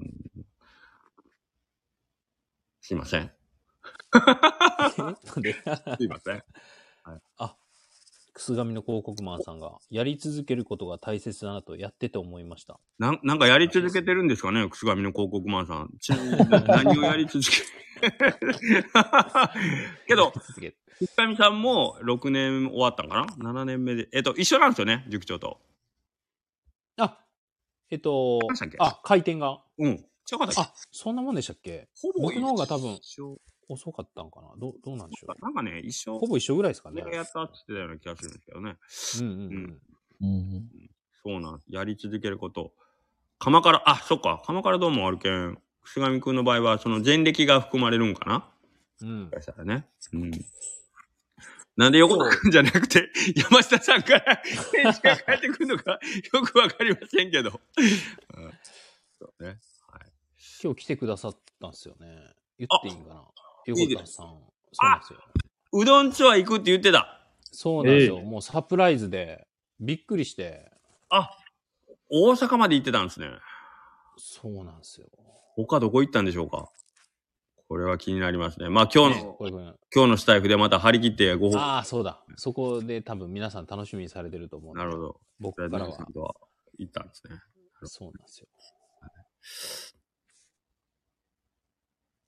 A: すいません。
B: えなんで
A: すいません。
B: くすみの広告マンさんが、やり続けることが大切だなとやってて思いました。
A: なんなんかやり続けてるんですかね、くすがみの広告マンさん。 [LAUGHS] ちなみに何をやり続け [LAUGHS] けど、
B: 続ける
A: 石上さんも6年終わったんかな ?7 年目で。えっと、一緒なんですよね、塾長と。
B: あ、えっと
A: ましたっけ、
B: あ、回転が。
A: うん。違かったっけ
B: あ、そんなもんでしたっけ
A: ほぼ
B: 僕の方が多分
A: 一緒。
B: 遅かったんかなどうどうなんでしょう
A: なんかね、一緒。
B: ほぼ一緒ぐらいですかね
A: 俺。がやったって言ってたような気がするんですけどね。
B: うんうんうん。
C: うん
A: そうなん。やり続けること。釜から、あ、そっか。釜からどうもあるけん。石上くんの場合は、その前歴が含まれるんかな
B: うん
A: もし、かしたらね。うん。なんで横田くんじゃなくて、山下さんから返事が返ってくるのか、よくわかりませんけど。うんそうね。はい。
B: 今日来てくださったんですよね。言っていいんかな横田さん。そうなん
A: あ
B: ですよ。
A: うどんツアー行くって言ってた。
B: そうなんです
C: え
B: よ。もうサプライズで、びっくりして、
A: 大阪まで行ってたんですね。
B: そうなんですよ。
A: 他どこ行ったんでしょうかこれは気になりますね。まあ今日の、
B: ねこれこれ
A: 今日のスタイフでまた張り切ってご報告。
B: ああ、そうだ。そこで多分皆さん楽しみにされてると思う。
A: なるほ。ど。
B: 僕からは
A: さ。んとは行ったんですね。
B: そうなんですよ。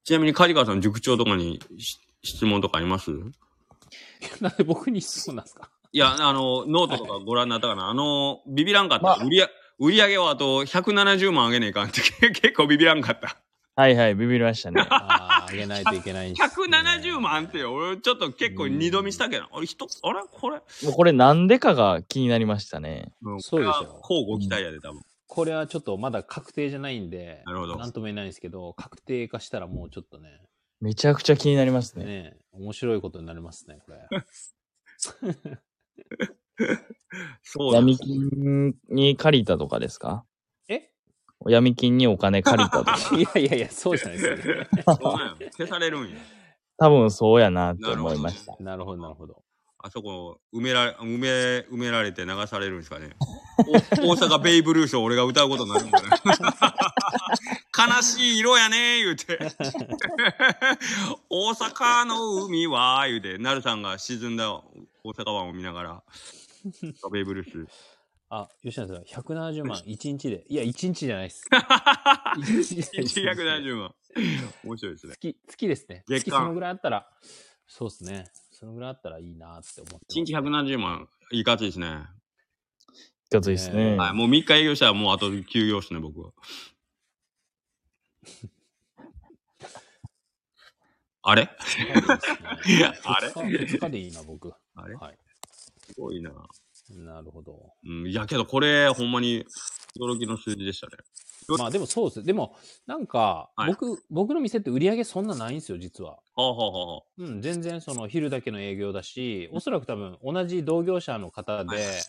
A: ちなみに、カリカーさん、塾長とかにし質問とかあります
B: [LAUGHS] なんで僕に質問なんですか
A: いや、あの、ノートとかご覧になったかな。あの、ビビらんかった。売り上売り上げはあと170万上げねえかんって、 [LAUGHS] け結構ビビらんかった。
C: はいはい、ビビりましたね。
B: ああ、あげないといけないんですね
A: 170万ってよ、俺ちょっと結構二度見したけど、俺一つ、あれこれ。
C: もうこれなんでかが気になりましたね。
B: そうでしょ
A: これは乞うご期待やで、多分。
B: これはちょっとまだ確定じゃないんで、
A: なるほど
B: なんとも言えないんですけど、確定化したらもうちょっとね、
C: めちゃくちゃ気になりますね。
B: ね面白いことになりますね、
A: [LAUGHS]
B: これ。
A: そうだ。
C: 闇金に借りたとかですか
B: え
C: 闇金にお金借りたとか。
B: いやいやいや、そうじゃないですよね。 [LAUGHS]
A: そうなんや消されるんや。
C: 多分そうやなって思いました。
B: なるほど、なるほど。
A: あそこ埋められ、埋め、埋められて流されるんですか
B: [LAUGHS]
A: ね。お大阪ベイブルースを俺が歌うことになるんだね。 [LAUGHS] 悲しい色やね言うて。 [LAUGHS] 大阪の海は、言うて、なるさんが沈んだ大阪湾を見ながら、ベイブル
B: [LAUGHS]
A: ース。
B: あ、吉野さん、170万、1
A: [LAUGHS]
B: 日で。いや、1日じゃないです。1日じゃないです
A: 170万。面白いですね。
B: 月、月ですね。
A: 月
B: 月
A: 間
B: そのぐらいあったら、そうですね。そのぐらいあったらいいなって思ってます。
A: 1日170万、いい感じですね。
C: いかついですね。
A: はい、もう3日営業したらもうあと休業ですね、僕は。 [LAUGHS] あれ [LAUGHS] あれ
B: ?2 日でいいな、僕。
A: あれ
B: はい。
A: すごいな。
B: なるほど。
A: うん、いやけどこれ、ほんまに驚きの数字でしたね。
B: まあでもそうです。でも、なんか
A: は、い
B: 僕、僕の店って売り上げそんなないんですよ、実は。
A: はあ、はあは
B: うん、全然その昼だけの営業だし、おそらく多分同じ同業者の方
A: はい
B: で、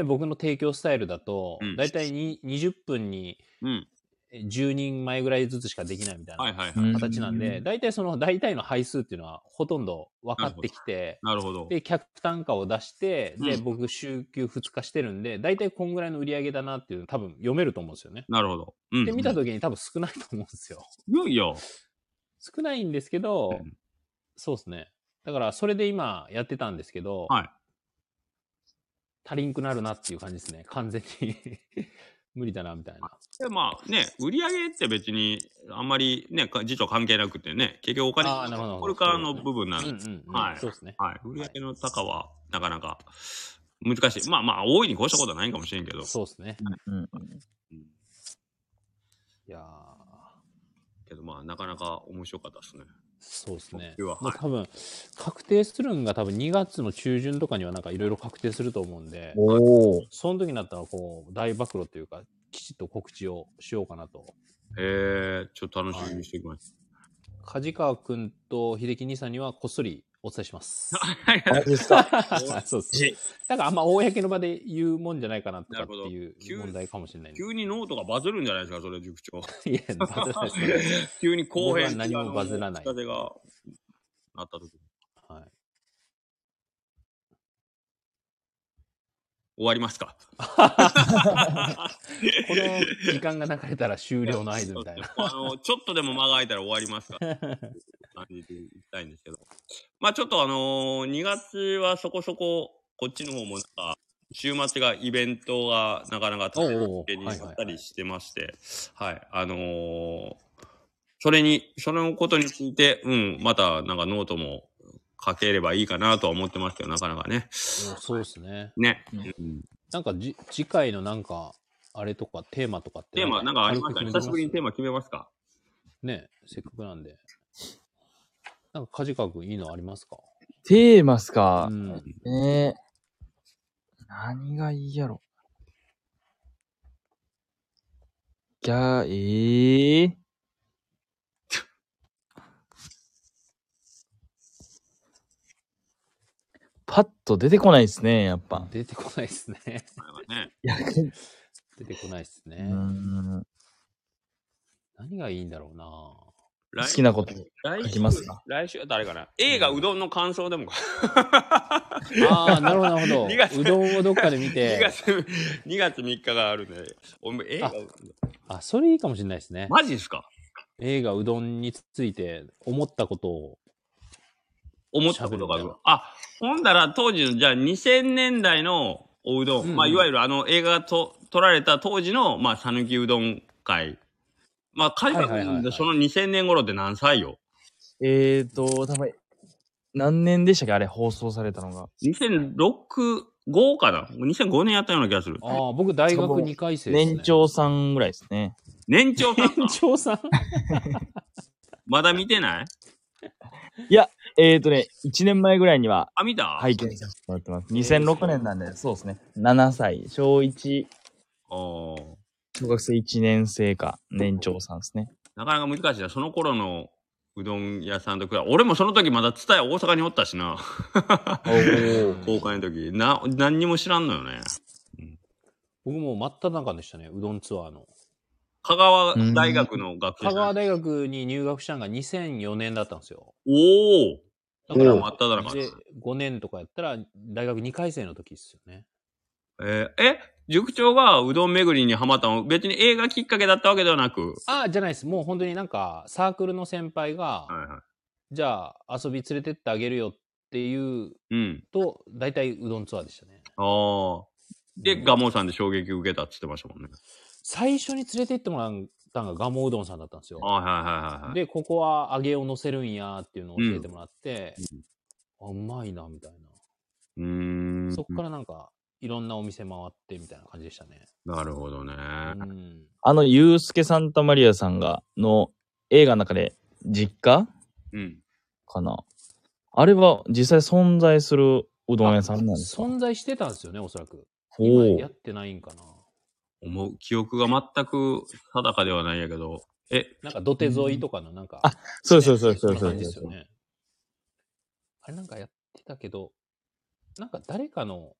B: ね、僕の提供スタイルだと
A: うん、
B: だいたいに20分に
A: あ、うん。
B: え10人前ぐらいずつしかできないみたい
A: はい
B: な
A: はいはい。
C: うん
B: 形なんで、大体その大体の配数っていうのはほとんど分かってきて、
A: なるほど。
B: で、客単価を出して、で、
A: うん
B: 僕、週休2日してるんで、大体こんぐらいの売り上げだなっていうの多分読めると思うんですよね。
A: なるほど。うん。
B: で、見た時に多分少ないと思うんですよ。
A: いよいよ。
B: 少ないんですけど、
A: うん
B: そうですね。だから、それで今やってたんですけど、
A: はい
B: 足りんくなるなっていう感じですね。完全に。 [LAUGHS] 無理だな、みたいな。
A: で、まあね、売り上げって別にあんまりね、か事情関係なくてね、結局お金
B: あーなるほど
A: これからの部分なん
B: うん
A: で
B: うん、うん
A: はい
B: そうですね。
A: はい。売り上げの高は、なかなか、難しい。まあまあ、大いに越したことはないかもしれんけど。
B: そうですね。
C: うん
B: いやー
A: けどまあ、なかなか面白かったですね。
B: そうですね。
A: 僕は
B: もう多分、確定するんが多分2月の中旬とかにはなんかいろいろ確定すると思うんで、
C: おお。
B: その時になったらこう、大暴露というか、きちっと告知をしようかなと。
A: えー、ちょっと楽しみにしていきます。
B: 梶川くんと秀樹兄さんにはこっそりお伝えし
A: [LAUGHS]
B: ます。
C: マジですか。
B: [LAUGHS] そうです。なんかあんま公の場で言うもんじゃないかなとかっていう
A: なるほど
B: 問題かもしれないんで。
A: 急にノートがバズるんじゃないですか、それ、塾
B: [LAUGHS]
A: 長。 [LAUGHS]
B: いや、バズらないですね。
A: 急に後
B: 僕は
A: 編
B: 何もバズらない
A: あの風が、なった時
B: はい。
A: 終わりますか。
B: この時間が流れたら終了の合図みた
A: [LAUGHS]
B: いな。
A: あの、ちょっとでも間が空いたら終わりますから。感じでいきたいんですけど。まあちょっとあのー、2月はそこそこ、こっちの方もなんか、週末がイベントがなかなか立
B: おうおうおう
A: てになったりしてまして、はい、あのー、それに、そのことについて、うん、またなんかノートも書ければいいかなとは思ってますけど、なかなかね。
B: うんそうですね。
A: ね。
B: なんかじ次回のなんか、あれとかテーマとかって。
A: テーマ、なんかありましたね。久しぶりにテー
B: マ。
A: マ決めますか
B: ね、せっかくなんで。なんか梶川くんいいのありますか
C: テーマっすか
B: う。ん。
C: ねえ。何がいいやろ。ギャー、えー、パッと出てこないですね、やっぱ。
B: 出てこないですね。 [LAUGHS]
A: ね。
C: いや、
B: 出てこないですね。
C: うん
B: 何がいいんだろ
A: [LAUGHS]
B: うな
C: 好
A: 来
C: きなこと
A: 来週
C: 書きますか。
A: 来週は誰かな映画うどんの感想でも
B: ああ、なるほど、なるほ
A: 二月
B: ど。うどんをどっかで見
A: 2
B: て。
A: 月、2月3日があるんで、おめ映画
B: あ、あ、それいいかもしれないですね。
A: マジですか
B: 映画うどんについて思ったことを。
A: 思ったことがあ
B: 喋るん
A: る
B: だ。
A: あ、ほんだら当時の、じゃあ2000年代のおうどん、
B: うんうん
A: まあいわゆるあの映画がと撮られた当時の、まあ、讃岐うどん会まあ、海
C: はいはいは
A: 外
C: いは
A: で
C: い
A: その2000年頃って何歳よ
C: えーと、たま何年でしたっけあれ、放送されたのが。
A: ?2006、5かな ?2005 年やったような気がする。
B: ああ、僕大学2回生です、ね。
C: 年。長さんぐらいですね。
A: 年長
C: [LAUGHS]
A: さんか
B: 年
A: [LAUGHS]
B: 長さん
A: まだ見てない
C: えーとね、1年前ぐらいには
A: あ、見た
C: 拝見させてもらってます。2006年なんで、そうですね。7歳、小1、
A: あー
C: 小学生1年生か、年長さんですね。
A: なかなか難しいな。その頃のうどん屋さんと比べ、俺もその時まだ伝え大阪におったしな。
C: おー
A: 公開の時。な、何にも知らんのよね。
B: 僕もう真っ只中でしたね、うどんツアーの。
A: 香川大学の学生
B: 香
A: さ
B: 川
A: ん。
B: 大学に入学したのが2004年だったんですよ。
A: おおだから真っ只中
B: で
A: だ。、
B: 5年とかやったら、大学2回生の時ですよね。
A: えーえ、塾長がうどん巡りにハマったの、別に映画きっかけだったわけではなく。
B: ああ、じゃないです。もう本当になんか、サークルの先輩が、
A: はいは
B: じゃあ遊び連れてってあげるよっていう
A: い。うん。
B: と、大体うどんツアーでしたね。
A: ああ。で、ガモさんで衝撃受けたって言ってましたもんね。
B: 最初に連れて行ってもらったのがガモうどんさんだったんですよ。
A: あはいはいはいはい。
B: で、ここは揚げを乗せるんやっていうのを教えてもらって、あ、うまいな、みたいな。
A: うーん。
B: そこからなんか、いろんなお店回ってみたいな感じでしたね。
A: なるほどね。
B: うん。
C: あの、ゆうすけサンタマリアさんが、の映画の中で、実家
A: うん。
C: かな。あれは実際存在するうどん屋さんなんですか
B: 存在してたんですよね、おそらく。
C: お
B: 今
C: ー
B: やってないんかな。
A: 思う、記憶が全く定かではないんやけど。え、
B: なんか土手沿いとかのなんか、
C: あそうそうそうそう
B: ねん
C: そ
B: な
C: う
B: 感じです
C: そ
B: よ
C: う。
B: ね。あれなんかやってたけど、なんか誰かの。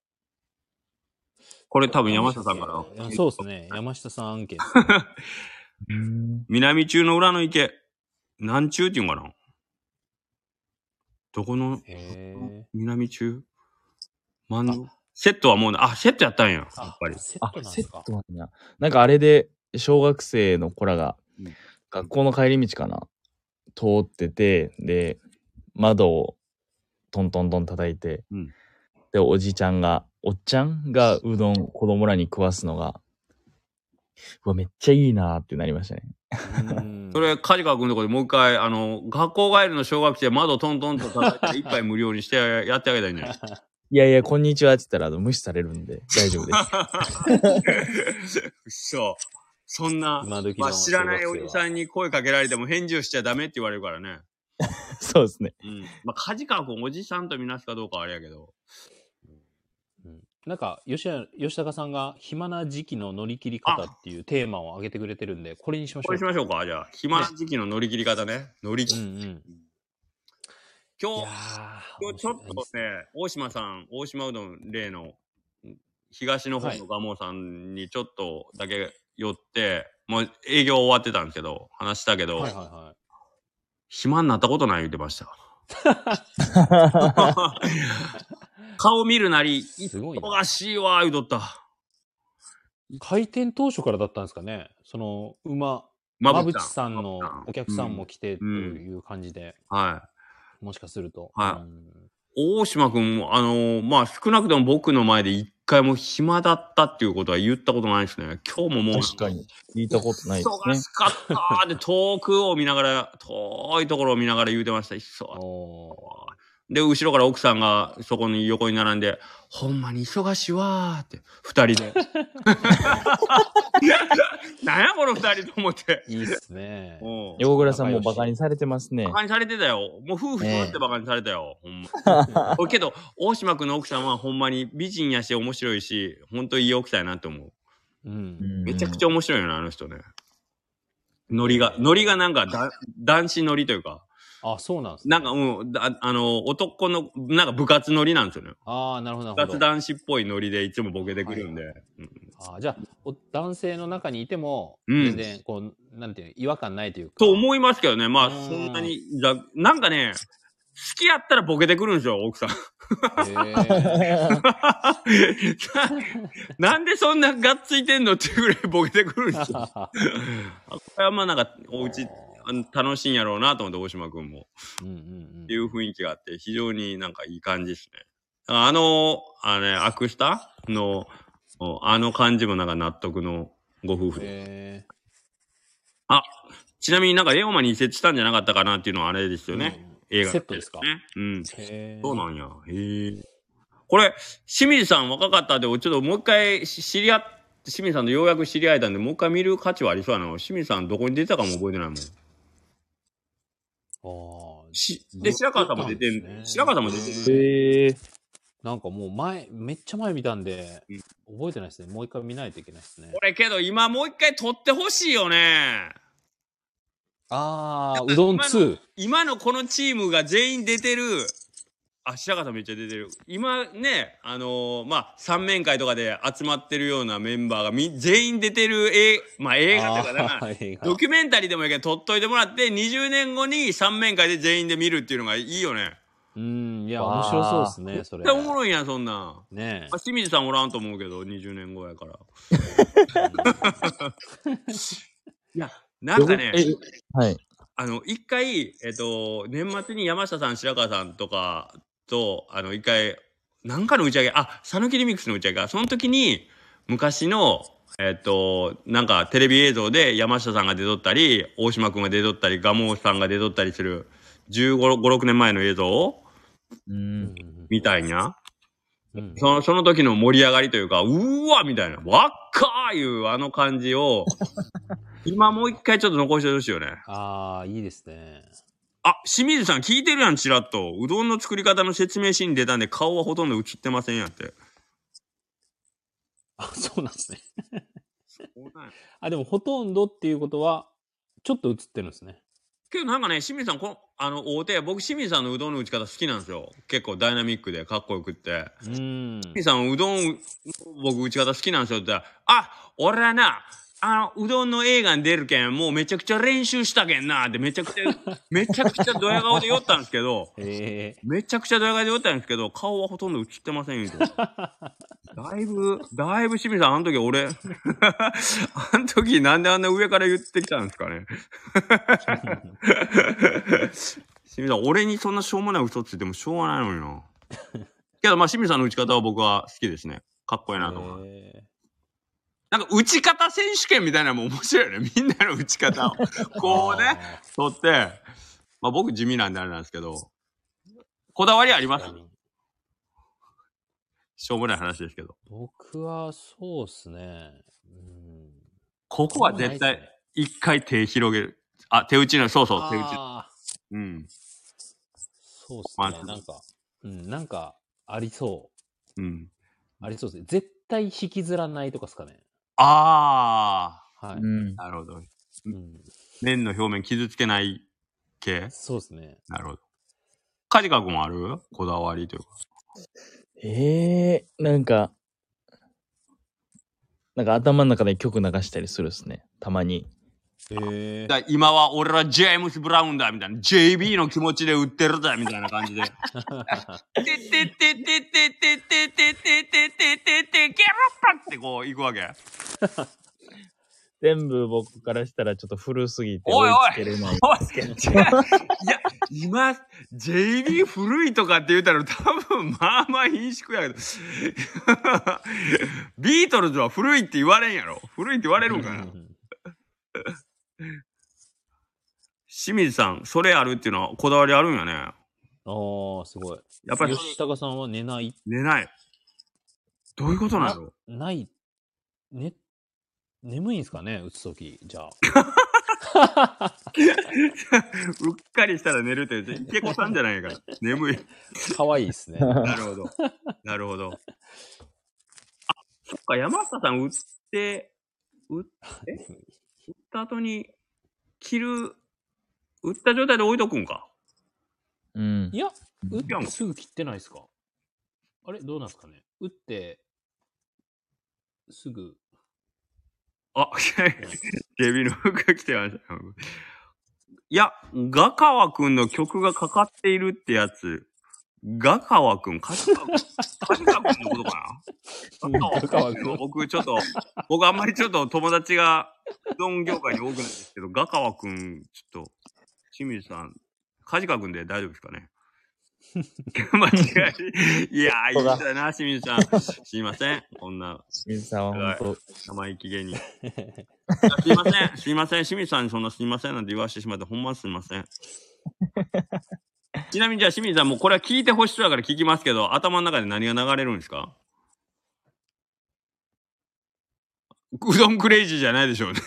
A: これ多分山下さんから。
B: いやそうですね。山下さん案件。
C: うん
A: 南中の裏の池。南中っていうんかなどこの
B: へえ。
A: 南中真ん中セットはもうな、あ、セットやったんや。やっ
B: あ
A: ぱり、。
B: セッ
C: あ
B: ト、なんで
C: セ
B: すか
C: ッ。トなんや。なんかあれで、小学生の子らが
A: うん、
C: 学校の帰り道かな、通ってて、で、窓をトントントン叩いて
A: うん、
C: で、おじちゃんが、おっちゃんがうどん子供らに食わすのが、うわ、めっちゃいいなーってなりましたね。
B: うん
A: それ、梶川君のとこでもう一回、あの、学校帰りの小学生窓トントンと叩いて一杯無料にしてやってあげたいんじ [LAUGHS] ゃない
C: いやいや、こんにちはって言ったらあの無視されるんで大丈夫です。
A: [LAUGHS] そう。そんな、
B: 今時
A: ま
B: の
A: あ、知らないおじさ
B: ん。
A: んに声かけられても返事をしちゃダメって言われるからね。
C: そうで
A: [LAUGHS]
C: すね。
A: うん。まあ、梶川君おじさんとみなすかどうかはあれやけど。
B: うんなんか吉田、吉高さんが暇な時期の乗り切り方っていうテーマを挙げてくれてるんで、これにしまし
A: こ
B: ょう
A: れし。ましょうか。じゃあ、暇な時期の乗り切り方ね。乗り切
B: う
A: り。
B: んうん。
A: 今
B: い
A: 日
B: や、
A: 今
B: ー
A: 日ちょっとね、大島さん、大島うどん例の東の方の蒲生さんにちょっとだけ寄って、もう営業終わってたんですけど、話したけど、
B: はいはいはい。
A: 暇になったことない言ってま
B: [LAUGHS]
A: した。顔見るなり、
B: すごいな
A: 忙しいわ、言うとった。
B: 開店当初からだったんですかね。その、馬、
A: ま
B: 馬
A: ぶ
B: 淵さんのお客さんも来てと
A: うん
B: いう感じで、
A: はい。
B: もしかすると。
A: はい
B: うん
A: 大島くんも、あのーまあ、少なくとも僕の前で一回も暇だったっていうことは言ったことないですね。今日ももう、
C: 確かに。聞いたことないです
A: 忙
C: ね
A: し。かったーって [LAUGHS] 遠くを見ながら、遠いところを見ながら言うてました。忙
B: お
A: で、後ろから奥さんがそこに横に並んで、ほんまに忙しいわーって、二 [LAUGHS] 人で。なんやこの二人と思って。
B: ーいいっすね。
A: うん
C: 横倉さんもバカにされてますね
A: バ。カにされてたよ。もう夫婦揃ってバカにされたよ。ほん [LAUGHS] ま。俺けど、大島君の奥さんはほんまに美人やし面白いし、ほんといい奥さんやなって思う。
B: うん。
A: めちゃくち
C: ゃ。
A: ゃ面白いよな、あの人ね。ノリが、ノリがなんかだ、男子ノリというか、
B: あ、そうなんですね
A: なんかうん、だあの、男の、なんか部活ノリなんですよね。
B: ああ、なるほど、
A: 部
B: なるほ
A: 活
B: ど。
A: 男子っぽいノリでいつもボケてくるんで。うん
B: あーじゃあお、男性の中にいても、
A: うん
B: 全然、こう、なんていうの違和感ないというか。
A: と思いますけどね、まあ、
B: うん
A: そんなに、ざなんかね、好きやったらボケてくるんですよ、奥
B: [LAUGHS]
A: さん。
B: へ
A: [LAUGHS] ななんでそんながっついてんのっていうぐらいボケてくるんです
B: [LAUGHS]
A: よ。
B: ー
A: あこれはまあなんか、おうち、あの楽しいんやろうなと思って、大島くんも。
B: うんうん
A: っ
B: う
A: て
B: ん。
A: いう雰囲気があって、非常になんかいい感じですね。あの、あれ、アクスタの、おあの感じもなんか納得のご夫婦で。
B: へ
A: ちなみになんかエオマに移設したんじゃなかったかなっていうのはあれですよね。映画。
B: セットですか
A: ね。うん。
B: へー
A: そうなんや。へえ。これ、清水さん若かったんで、ちょっともう一回し知り合っ清水さんとようやく知り合えたんで、もう一回見る価値はありそうやな。清水さんどこに出てたかも覚えてないもん。
B: あー
A: しで、白川さんも出てる、
B: そうなんですね
A: 白川さんも出てる。
C: へえ。
B: なんかもう前、めっちゃ前見たんで
A: うん、
B: 覚えてないですね。もう一回見ないといけないですね
A: こ。れけど今もう一回撮ってほしいよね。
B: ああ、うどん2。
A: 今のこのチームが全員出てる。あ、白川さんめっちゃ出てる。今ね、あのーまあ、三面会とかで集まってるようなメンバーがみ全員出てる、え、まあ、映画とかだな
B: あ。ー映画
A: ドキュメンタリーでもいいけど、撮っといてもらって、20年後に三面会で全員で見るっていうのがいいよね。
B: うん、いや、
C: わ
B: 面
C: ー
B: 白そうですね、それ
A: 絶対。おもろいやん、そんなん。
B: ね
A: あ清水さんおらんと思うけど、20年後や
B: [LAUGHS]
A: から。いや、なんかね。
C: はい。
A: あの、一回、えっと、年末に山下さん、白川さんとかと、あの、一回、なんかの打ち上げ、あ、サヌキリミックスの打ち上げか、その時に、昔の、えっと、なんかテレビ映像で山下さんが出とったり、大島くんが出とったり、蒲生さんが出とったりする、15、6年前の映像を
C: う
B: え。
C: ん。
A: みたいな。
B: うん
A: その、その時の盛り上がりというか、うーわみたいな、わっかーいうあの感じを、今もう一回ちょっと残してほしいよね。
B: ああ、いいですね。
A: あ、清水さん聞いてるやん、ちらっと。うどんの作り方の説明シーン出たんで、顔はほとんど映ってませんやって。
B: あ、そうなんですね。あ、でもほとんどっていうことは、ちょっと映ってるんですね。
A: けどなんかね、清水さん、この、あの、大手、僕、清水さんのうどんの打ち方好きなんですよ。結構ダイナミックで、かっこよくって。
B: うん。
A: 清水さん、うどん、僕、打ち方好きなんですよって言ったら、あ、俺はな、あの、うどんの映画に出るけん、もうめちゃくちゃ練習したけんな、ってめちゃくちゃ、めちゃくちゃドヤ顔で酔ったんですけど、
B: ええ
A: めちゃくちゃドヤ顔で酔ったんですけど、顔はほとんど映ってませんよ。だいぶ、だいぶ清水さん、あの時俺、 [LAUGHS] あの時なんであんな上から言ってきたんですかね。清水さん、俺にそんなしょうもない嘘ついてもしょうがないのにな。けどまあ清水さんの打ち方は僕は好きですね。かっこいいなと思う。
B: ええ
A: なんか打ち方選手権みたいなのも面白いよね。みんなの打ち方を。こうね。
B: あー
A: 取って、まあ僕地味なんであれなんですけど、こだわりありますしょうもない話ですけど。
B: 僕はそうですね。うん。
A: ここは絶
B: ないっす
A: 対
B: ね、
A: 一回手広げる。あ、手打ちの、そうそう、手打ち。
B: あー
A: うん。
B: そう
A: まあ
B: ですね。なんか、うん、なんか、ありそ
A: うん。
B: う。ありそうですね。絶対引きずらないとかですかね。
A: あ
B: はい。
C: うん
A: ー。。なるほど。
B: うん、
A: 面の表面傷つけない系
B: そうですね。
A: なるほど。カジカ君もあるこだわりというか。
C: ええ、なんか、なんか頭の中で曲流したりするですね。たまに。
B: ええ
A: だから今は俺はジェームス・ブラウンだみたいな、JB の気持ちで売ってるだみたいな感じで。てってってってってってってってってってってって、ゲロッパってこう行くわけ。
C: 全部僕からしたらちょっと古すぎて
A: お
C: 追
A: い
C: い
A: おい
C: つけれない。
A: おいいや、いや今、JB 古いとかって言うたら多分、まあまあ貧縮やけど。 [LAUGHS] ビートルズは古いって言われんやろ。古いって言われるんかな。清水さん、それあるっていうのはこだわりあるんやね。
B: ああ、すごい。
A: やっぱり
B: 吉高さんは寝ない、
A: 寝ない。どういうことなの
B: ない、ね、眠いんですかね、打つとき。じゃあ。
A: うっかりしたら寝るって、池子さんじゃないから。眠い。
B: 可愛いです [LAUGHS]
A: [LAUGHS]
B: ね。
A: なるほど。なるほど。あ、そっか、山下さん、売って、売っった後に、着る、売った状態で置いとくんか。
C: うん
B: い。や、打ってすぐ切ってないですかあれどうなんですかね打って、す [LAUGHS] ぐ。
A: あ、 [LAUGHS] デビの服が来てました。いや、ガカワくんの曲がかかっているってやつ。ガカワくん、カジカくん、カジカくんのことかな
B: [LAUGHS] ガカワくん
A: 僕ちょっと、僕あんまりちょっと友達がうどん業界に多くないんですけど、ガカワくん、ちょっと、清水さん、カジカくんで大丈夫ですかね間違い。いやー、いいんだな、清水さん。すいません。こんな
C: 清水さんは本
A: 生意気芸人。いやすいません。すいません。清水さんにそんなすいませんなんて言わせてしまって、ほんますいません。ちなみにじゃあ清水さん、もうこれは聞いてほしそうだから聞きますけど、頭の中で何が流れるんですかうどんクレイジーじゃないでしょうね。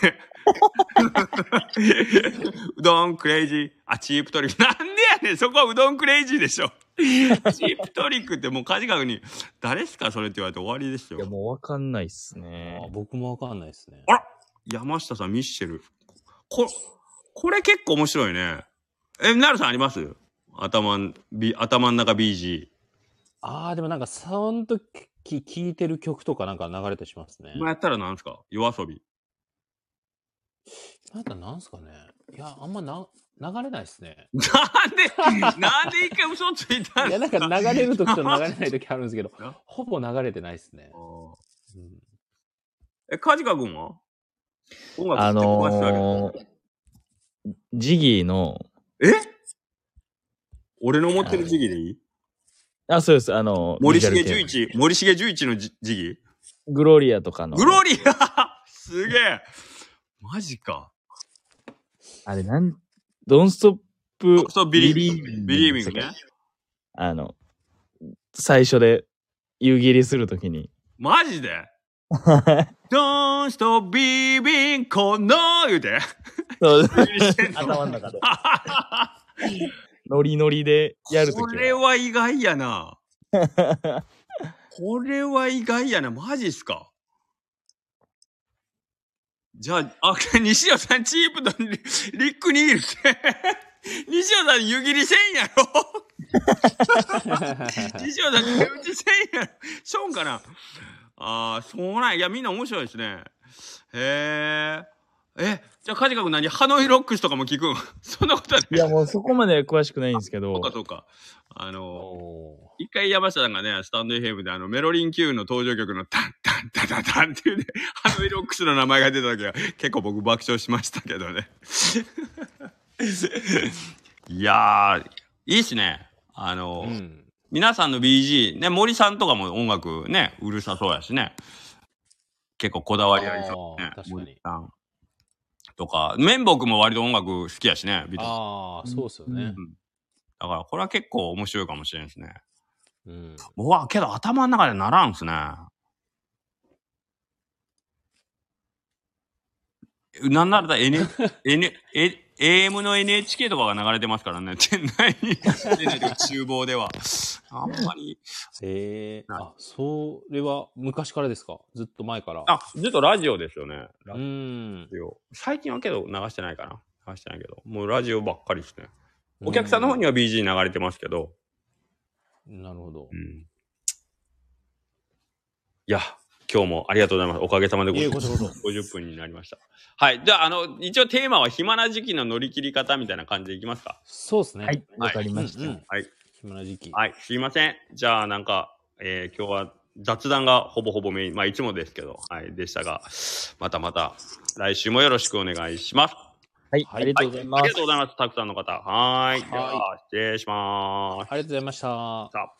A: うどんクレイジー。あ、チープトリック。なんでやねん。そこはうどんクレイジーでしょ。チープトリックってもうカジカに、誰っすかそれって言われて終わりです
C: 当。いや、
A: よ。
C: もうわかんないっす
B: あ
C: ね。
B: 僕もわかんないですね。
A: 山下さん、ミッシェル。こ、これ結構面白いね。え、なるさんあります頭ん、B、頭ん中 BG。
B: ああ、でもなんか、その時聴いてる曲とかなんか流れたりしますね。
A: 今やったらなんですか夜遊び。
B: なんだ、なんすかね。いや、あんまな、流れないですね。
A: なんで、なんで一回嘘ついたん
B: い
A: です
B: や、なん
A: か
B: か流れる時と流れ [LAUGHS] ない時あるんですけど
A: な、
B: ほぼ流れてないですね
A: あ。ー
B: うん
A: え、カジカ君は音楽
C: あ
A: 作ってましたけど。
C: のー、ジギーの、
A: え俺の持ってる時期でいい
C: あ、そうです、あのー、
A: 森
C: ビ
A: 重
C: ジュア
A: 十
C: ル系
A: 一、森重十一のじ時
C: グローリアとかの。
A: 期グロリア [LAUGHS] すげえマジか。
C: あれ、なん、ドンストップ
A: そう、ビリ
C: ビ
A: ー、ビリーミングね。
C: あの、最初で湯切りするときに。
A: マジで Don't stop being この言うて。
C: そう
A: してんの
C: 頭の中で。 [LAUGHS] ノリノリでやるとき
A: これ
C: は。
A: は意外や
C: [LAUGHS]
A: な。これは意外やな。マジっすか。じゃあ、 [LAUGHS] あ、西尾さん、チープとリリックニールして。 [LAUGHS] 西尾さん、湯切りせんや
C: [LAUGHS]
A: ろ。西尾さん、手打ちせんやろ。しょんかな。ああ、そうなんや。いや、みんな面白いですね。へえ。え、じゃあ、カジカ君何ハノイロックスとかも聞くん [LAUGHS] そんなことはない
C: いや、もうそこまで詳しくないんですけど
A: そう、か、そうか。あの、
B: おー
A: 一回山下さんがね、スタンド FM であの、メロリン Q の登場曲のタンタンタタタンっていうね、ハノイロックスの名前が出た時は [LAUGHS] 結構僕爆笑しましたけどね。 [LAUGHS] いやー、いいっすね。あの、
B: うん。
A: 皆さんの BG、ね、森さんとかも音楽ね、うるさそうやしね。結構こだわりありそうね
B: あー。確かに
A: 森さんとか、綿僕も割と音楽好きやしね、ビトだか
B: ああ、そうっすよね。
A: らこれは結構面白いかもしれんですね。
B: うん。
A: うわ、けど頭の中でならんすね。なんならだ、N、N、え、AM の NHK とかが流れてます [LAUGHS] からね、店内に、店内というか厨房では。あんまり。
B: ええあ、それは昔からですかずっと前から。
A: あ、ずっとラジオですよね。ラ
B: うん。
A: ジオ。最近はけど流してないかな。流してないけど。もうラジオばっかりですね。お客さんの方には BG 流れてますけど。
B: うん。なるほど
A: う。ん。いや、今日もありがとうございます。おかげさまでござ
B: い
A: い
B: え
A: ます
B: こ。ちらこそ
A: 50分になりました。はい。じゃあ、あの、一応テーマは暇な時期の乗り切り方みたいな感じでいきますか。
B: そうですね。
C: はい、わかりました。
B: うんうん
A: はい。
B: 暇な時期。
A: はい。すいません。じゃあ、なんか、えー今日は雑談がほぼほぼメイン、まあ、いつもですけど、はい。でしたが、またまた、来週もよろしくお願いします。
C: はい、
B: は
C: あ
B: い
C: りがとうござい
A: あ
C: ま
A: り
C: す
A: が。とうございます。たくさんの方。はーい。では、失礼します。
B: ありがとうございました。
A: さあ